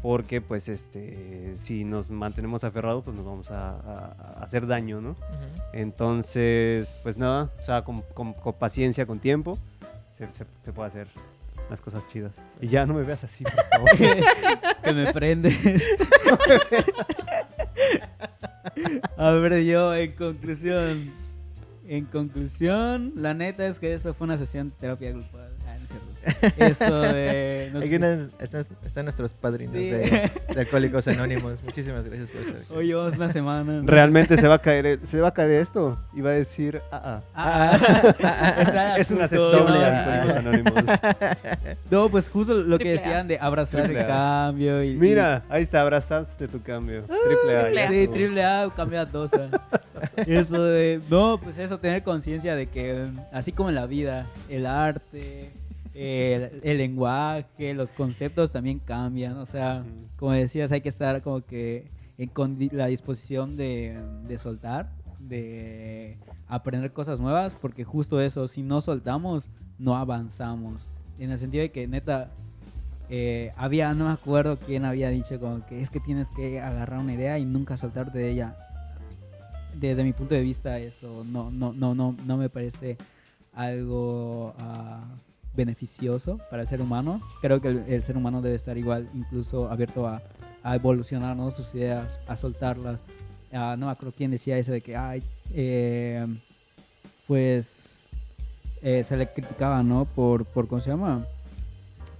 Speaker 3: porque pues este, si nos mantenemos aferrados pues nos vamos a, a- a hacer daño, ¿no? Entonces, pues nada, o sea, con, con- con paciencia, con tiempo, se, se- se puede hacer las cosas chidas. Y ya no me veas así, por favor.
Speaker 1: que me prendes. A ver, yo en conclusión. En conclusión, la neta es que esto fue una sesión de terapia grupal. Ah, no es cierto. Esto de. no
Speaker 2: Aquí
Speaker 1: sé-
Speaker 2: están, están- están nuestros padrinos
Speaker 1: Sí.
Speaker 2: de, de Alcohólicos Anónimos. Muchísimas gracias por estar aquí.
Speaker 1: Hoy llevamos una semana.
Speaker 3: Realmente se va a caer, eh, se va a caer esto. Y va a decir, ah, ah.
Speaker 1: Ah, ah, ah, está
Speaker 3: Es una
Speaker 1: justo,
Speaker 3: sesión de
Speaker 1: no,
Speaker 3: Alcohólicos Anónimos.
Speaker 1: No, pues justo lo que
Speaker 4: Triple A.
Speaker 1: decían de abrazar
Speaker 3: Triple
Speaker 1: el
Speaker 3: A.
Speaker 1: cambio. Y,
Speaker 3: Mira, ahí está, abrazaste tu cambio. Ah, Triple A.
Speaker 4: triple
Speaker 3: ya
Speaker 4: A.
Speaker 1: Sí,
Speaker 3: estuvo.
Speaker 1: triple A, cambia dos. ah. Eso de. No, pues eso, tener conciencia de que, mm, así como en la vida, el arte, eh, el, el lenguaje, los conceptos también cambian. O sea,
Speaker 3: Ujú.
Speaker 1: como decías, hay que estar como que en con di- la disposición de, de soltar, de aprender cosas nuevas, porque justo eso, si no soltamos, no avanzamos. En el sentido de que, neta, eh, había, no me acuerdo quién había dicho como que es que tienes que agarrar una idea y nunca soltarte de ella. Desde mi punto de vista eso no, no, no, no, no me parece algo ah, beneficioso para el ser humano. Creo que el, el ser humano debe estar igual, incluso abierto a, a evolucionar ¿no? sus ideas, a soltarlas. Ah, no me acuerdo quién decía eso de que, ay, eh, pues eh, se le criticaba, ¿no? Por, por, ¿cómo se llama?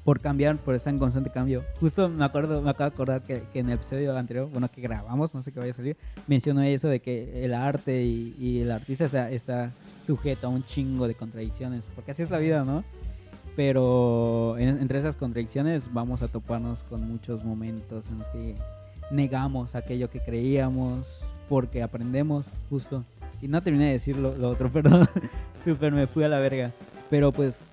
Speaker 1: Por cambiar, por estar en constante cambio. Justo me acuerdo, me acabo de acordar que, que en el episodio anterior, bueno, que grabamos, no sé qué vaya a salir, mencionó eso de que el arte y, y el artista está, está sujeto a un chingo de contradicciones, porque así es la vida, ¿no? Pero en- entre esas contradicciones vamos a toparnos con muchos momentos en los que negamos aquello que creíamos porque aprendemos justo. Y no terminé de decir lo, lo otro, perdón. Súper me fui a la verga. Pero pues,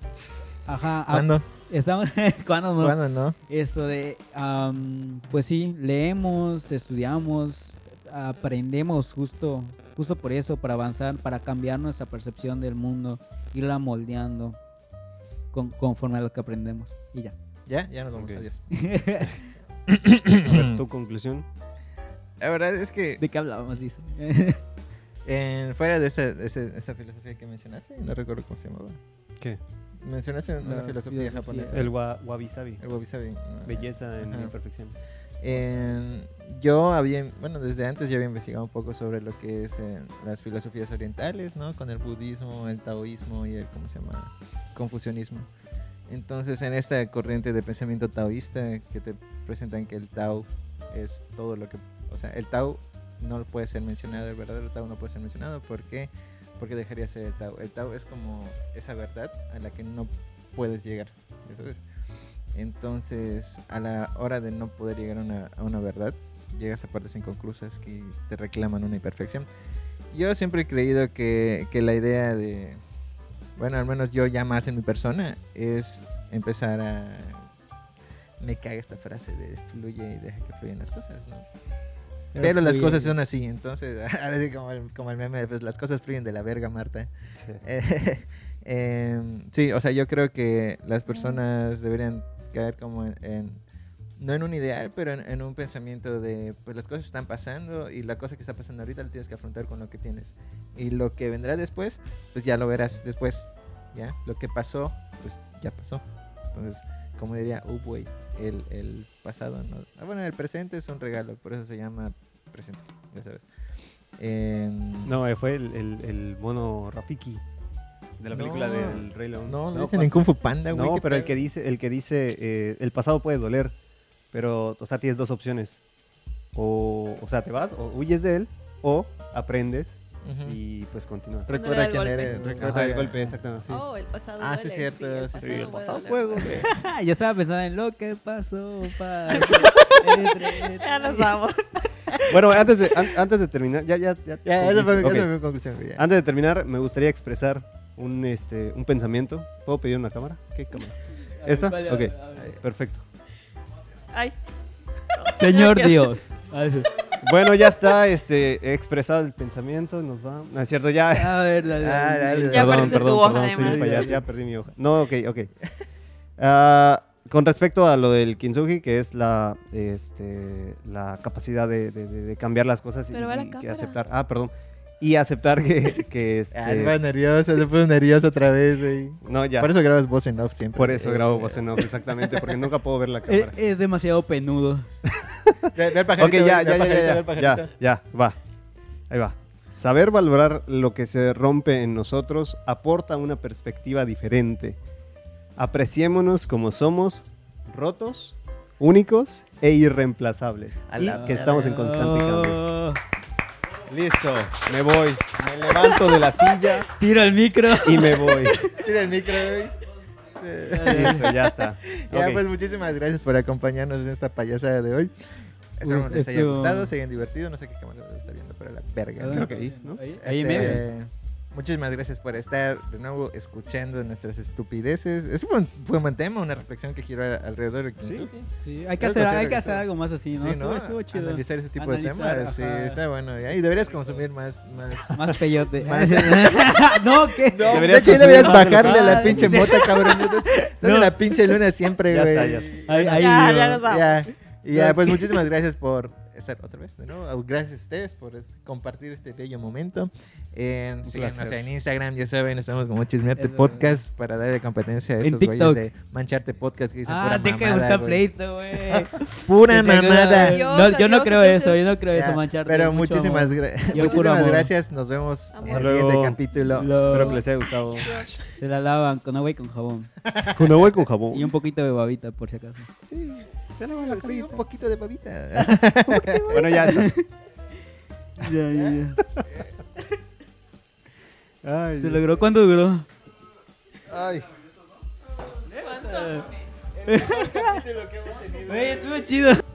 Speaker 1: ajá.
Speaker 3: ah,
Speaker 1: a-
Speaker 2: ¿Cuándo?
Speaker 1: Estamos, ¿Cuándo no?
Speaker 2: ¿Cuándo no?
Speaker 1: Esto de, am, pues sí, leemos, estudiamos, aprendemos justo, justo por eso, para avanzar, para cambiar nuestra percepción del mundo, irla moldeando con- conforme a lo que aprendemos. Y ya.
Speaker 2: Ya, ya nos vamos.
Speaker 3: Ok.
Speaker 2: Adiós.
Speaker 3: A ver, tu conclusión.
Speaker 2: La verdad es que
Speaker 1: ¿De qué hablábamos, dice?
Speaker 2: eh, fuera de esa, de ese- esa filosofía que mencionaste, no recuerdo cómo se llamaba.
Speaker 3: ¿Qué?
Speaker 2: Mencionaste una
Speaker 1: La
Speaker 2: filosofía
Speaker 1: filosofía.
Speaker 2: japonesa.
Speaker 3: El wa- wabi sabi.
Speaker 2: El wabi sabi. Ah.
Speaker 3: Belleza en
Speaker 2: Ajá.
Speaker 3: imperfección.
Speaker 2: En- yo había, bueno, desde antes yo había investigado un poco sobre lo que es eh, las filosofías orientales, ¿no? Con el budismo, el taoísmo y el, ¿cómo se llama? Confucianismo. Entonces, en esta corriente de pensamiento taoísta que te presentan que el Tao es todo lo que, o sea, el Tao no puede ser mencionado, el verdadero Tao no puede ser mencionado porque porque dejaría de ser el Tao. El Tao es como esa verdad a la que no puedes llegar. ¿ya sabes? Entonces, a la hora de no poder llegar a una, a una verdad, llegas a partes inconclusas que te reclaman una imperfección. Yo siempre he creído que, que la idea de, bueno, al menos yo ya más en mi persona, es empezar a... Me caga esta frase de fluye y deja que fluyan las cosas, ¿no? Pero, las
Speaker 1: fluye.
Speaker 2: cosas son así, entonces, ahora sí como el, como el meme, pues las cosas fluyen de la verga, Marta. Eh, em, sí, o sea, yo creo que las personas deberían caer como en, en- no en un ideal, pero en, en un pensamiento de, pues las cosas están pasando y la cosa que está pasando ahorita la tienes que afrontar con lo que tienes. Y lo que vendrá después, pues ya lo verás después, ¿ya? Lo que pasó, pues ya pasó. Entonces, como diría Ubway, el, el pasado, no- ah, bueno, el presente es un regalo, por eso se llama presente, ya sabes. Em,
Speaker 3: No, eh, fue el, el, el mono Rafiki de la
Speaker 2: No.
Speaker 3: película del Rey León.
Speaker 2: no, lo dicen
Speaker 3: pa-
Speaker 2: en Kung Fu Panda, güey.
Speaker 3: no,
Speaker 2: ¿qué
Speaker 3: pero el
Speaker 2: pedo?
Speaker 3: que dice, el que dice eh, el pasado puede doler, pero o sea, tienes dos opciones. O, o sea, te vas, o huyes de él, o aprendes
Speaker 2: Ujú.
Speaker 3: y pues continúas.
Speaker 4: Cuando le
Speaker 2: Recuerda
Speaker 4: da el
Speaker 2: quién
Speaker 4: golpe.
Speaker 2: eres. Recuerda
Speaker 3: Ajá, el golpe, exacto. sí.
Speaker 4: Oh, el pasado
Speaker 2: Ah, sí,
Speaker 4: duele,
Speaker 2: cierto,
Speaker 4: el
Speaker 2: sí,
Speaker 4: pasado
Speaker 3: Sí, el
Speaker 4: duele.
Speaker 3: pasado puede doler.
Speaker 1: Ah, yo estaba pensando en lo que pasó. pa- entre-
Speaker 4: Ya nos vamos.
Speaker 3: Bueno, antes de, an- antes de terminar, ya, ya, ya.
Speaker 2: Ya, esa fue, mi-
Speaker 3: Ok.
Speaker 2: esa fue mi conclusión. güey, ya.
Speaker 3: Antes de terminar, me gustaría expresar un, este, un pensamiento. ¿Puedo pedir una cámara? ¿Qué cámara? ¿Esta?
Speaker 1: Vale,
Speaker 3: Ok,
Speaker 1: a ver.
Speaker 3: perfecto.
Speaker 4: Ay,
Speaker 1: Señor
Speaker 4: Creo que-
Speaker 1: Dios. A ver,
Speaker 3: Bueno, ya está este, he expresado el pensamiento. Nos va. No es cierto, ya.
Speaker 1: a ver, dale,
Speaker 2: Ah,
Speaker 1: dale.
Speaker 2: dale,
Speaker 4: Ya
Speaker 3: perdón,
Speaker 4: aparece tu
Speaker 3: perdón,
Speaker 4: hoja,
Speaker 3: perdón, soy un
Speaker 4: además.
Speaker 3: payaso, ya perdí mi hoja. No, ok, ok. Ah, con respecto a lo del kintsugi, que es la, este, la capacidad de, de- de- de cambiar las cosas y,
Speaker 4: Pero va la
Speaker 3: y que
Speaker 4: cámara.
Speaker 3: aceptar. Ah, perdón. Y aceptar que, que este,
Speaker 2: Ah, se fue nervioso, se puso nervioso otra vez, güey.
Speaker 3: no, ya.
Speaker 2: Por eso grabas voz en off siempre.
Speaker 3: Por eso
Speaker 2: eh,
Speaker 3: grabo
Speaker 2: eh,
Speaker 3: voz en off, exactamente, porque nunca puedo ver la
Speaker 1: Es,
Speaker 3: cámara.
Speaker 1: es demasiado penudo.
Speaker 2: Ve, ve al
Speaker 3: Ok,
Speaker 2: pajarito,
Speaker 3: ya,
Speaker 2: ve
Speaker 3: ya,
Speaker 2: al
Speaker 3: ya,
Speaker 2: pajarito, ve
Speaker 3: ya,
Speaker 2: al
Speaker 3: ya,
Speaker 2: pajarito.
Speaker 3: ya, ya, va. Ahí va. Saber valorar lo que se rompe en nosotros aporta una perspectiva diferente. Apreciémonos como somos, rotos, únicos e irreemplazables.
Speaker 2: A
Speaker 3: Y
Speaker 2: la
Speaker 3: que estamos en constante cambio.
Speaker 1: Oh,
Speaker 3: Listo, me voy. Me levanto de la silla
Speaker 1: Tiro el micro.
Speaker 3: y me voy.
Speaker 2: Tira el micro, güey. Eh,
Speaker 3: Listo, ya está.
Speaker 2: Ya,
Speaker 3: Ok.
Speaker 2: pues muchísimas gracias por acompañarnos en esta payasada de hoy. Espero
Speaker 1: Uh,
Speaker 2: que les haya
Speaker 1: eso-
Speaker 2: gustado, se hayan divertido. No sé qué cámara lo está viendo, pero la verga.
Speaker 1: ¿A
Speaker 2: creo
Speaker 1: dónde
Speaker 2: que-
Speaker 1: está?
Speaker 3: ahí, ¿no?
Speaker 1: Ahí, ahí
Speaker 2: Este,
Speaker 1: en medio.
Speaker 2: Muchísimas gracias por estar de nuevo escuchando nuestras estupideces. Ese fue un, fue un buen tema, una reflexión que giró al- alrededor del kintsugi.
Speaker 1: Sí, hay que
Speaker 2: Creo que
Speaker 1: hacer,
Speaker 2: sí,
Speaker 1: hay que
Speaker 2: creo
Speaker 1: hacer
Speaker 2: que sí.
Speaker 1: algo más así, ¿no?
Speaker 2: Sí,
Speaker 1: Estuvo- estuvo chido.
Speaker 2: Analizar ese tipo
Speaker 1: Analizar,
Speaker 2: de temas, sí,
Speaker 1: ajá.
Speaker 2: está bueno. Y deberías consumir más... más...
Speaker 1: Más peyote.
Speaker 2: Más-
Speaker 1: no, ¿qué?
Speaker 2: No, de
Speaker 3: Deberías
Speaker 2: hecho,
Speaker 3: consumir
Speaker 2: ya deberías
Speaker 3: más de lo
Speaker 2: bajarle
Speaker 3: que
Speaker 2: la
Speaker 3: haces.
Speaker 2: pinche mota, cabrón. Entonces,
Speaker 1: No.
Speaker 2: la pinche luna siempre,
Speaker 3: Ya
Speaker 2: güey.
Speaker 3: está, ya está.
Speaker 1: Ahí, ahí Ah,
Speaker 4: ya,
Speaker 1: digo,
Speaker 4: ya nos vamos.
Speaker 2: Ya, y ya,
Speaker 1: No.
Speaker 2: pues muchísimas gracias por estar otra vez de nuevo. Gracias a ustedes por compartir este bello momento. En, síganos
Speaker 3: placer.
Speaker 2: en Instagram, ya saben, estamos como Chismearte
Speaker 1: Eso es.
Speaker 2: Podcast para darle competencia a
Speaker 1: En
Speaker 2: estos güeyes
Speaker 1: TikTok.
Speaker 2: de Mancharte Podcast que dicen
Speaker 1: Ah,
Speaker 2: pura
Speaker 1: te que
Speaker 2: mamada,
Speaker 1: gusta
Speaker 2: güey.
Speaker 1: pleito, güey.
Speaker 2: Pura
Speaker 1: Dice que-
Speaker 2: mamada.
Speaker 4: Dios,
Speaker 1: No, yo no
Speaker 4: adiós,
Speaker 1: creo eso,
Speaker 4: entonces.
Speaker 1: yo no creo
Speaker 2: Ya,
Speaker 1: eso, mancharte.
Speaker 2: pero
Speaker 1: mucho
Speaker 2: muchísimas,
Speaker 1: amor.
Speaker 2: gra-
Speaker 1: puro
Speaker 2: muchísimas
Speaker 1: amor.
Speaker 2: gracias. Nos vemos en
Speaker 4: Amor.
Speaker 2: el
Speaker 3: Hasta
Speaker 2: siguiente
Speaker 3: luego.
Speaker 2: capítulo.
Speaker 1: Lo-
Speaker 3: Espero que les haya gustado.
Speaker 1: Se la lavan con agua y con jabón.
Speaker 3: Con agua y con
Speaker 1: Y
Speaker 3: jabón.
Speaker 1: un poquito de babita, por si acaso.
Speaker 2: Sí, se le va la sí, un poquito de babita.
Speaker 3: Bueno, ya está.
Speaker 1: Ya, ya, ya.
Speaker 3: Ay,
Speaker 1: ¿Se logró? ¿Cuánto duró?
Speaker 3: ay.
Speaker 1: Güey, estuvo chido.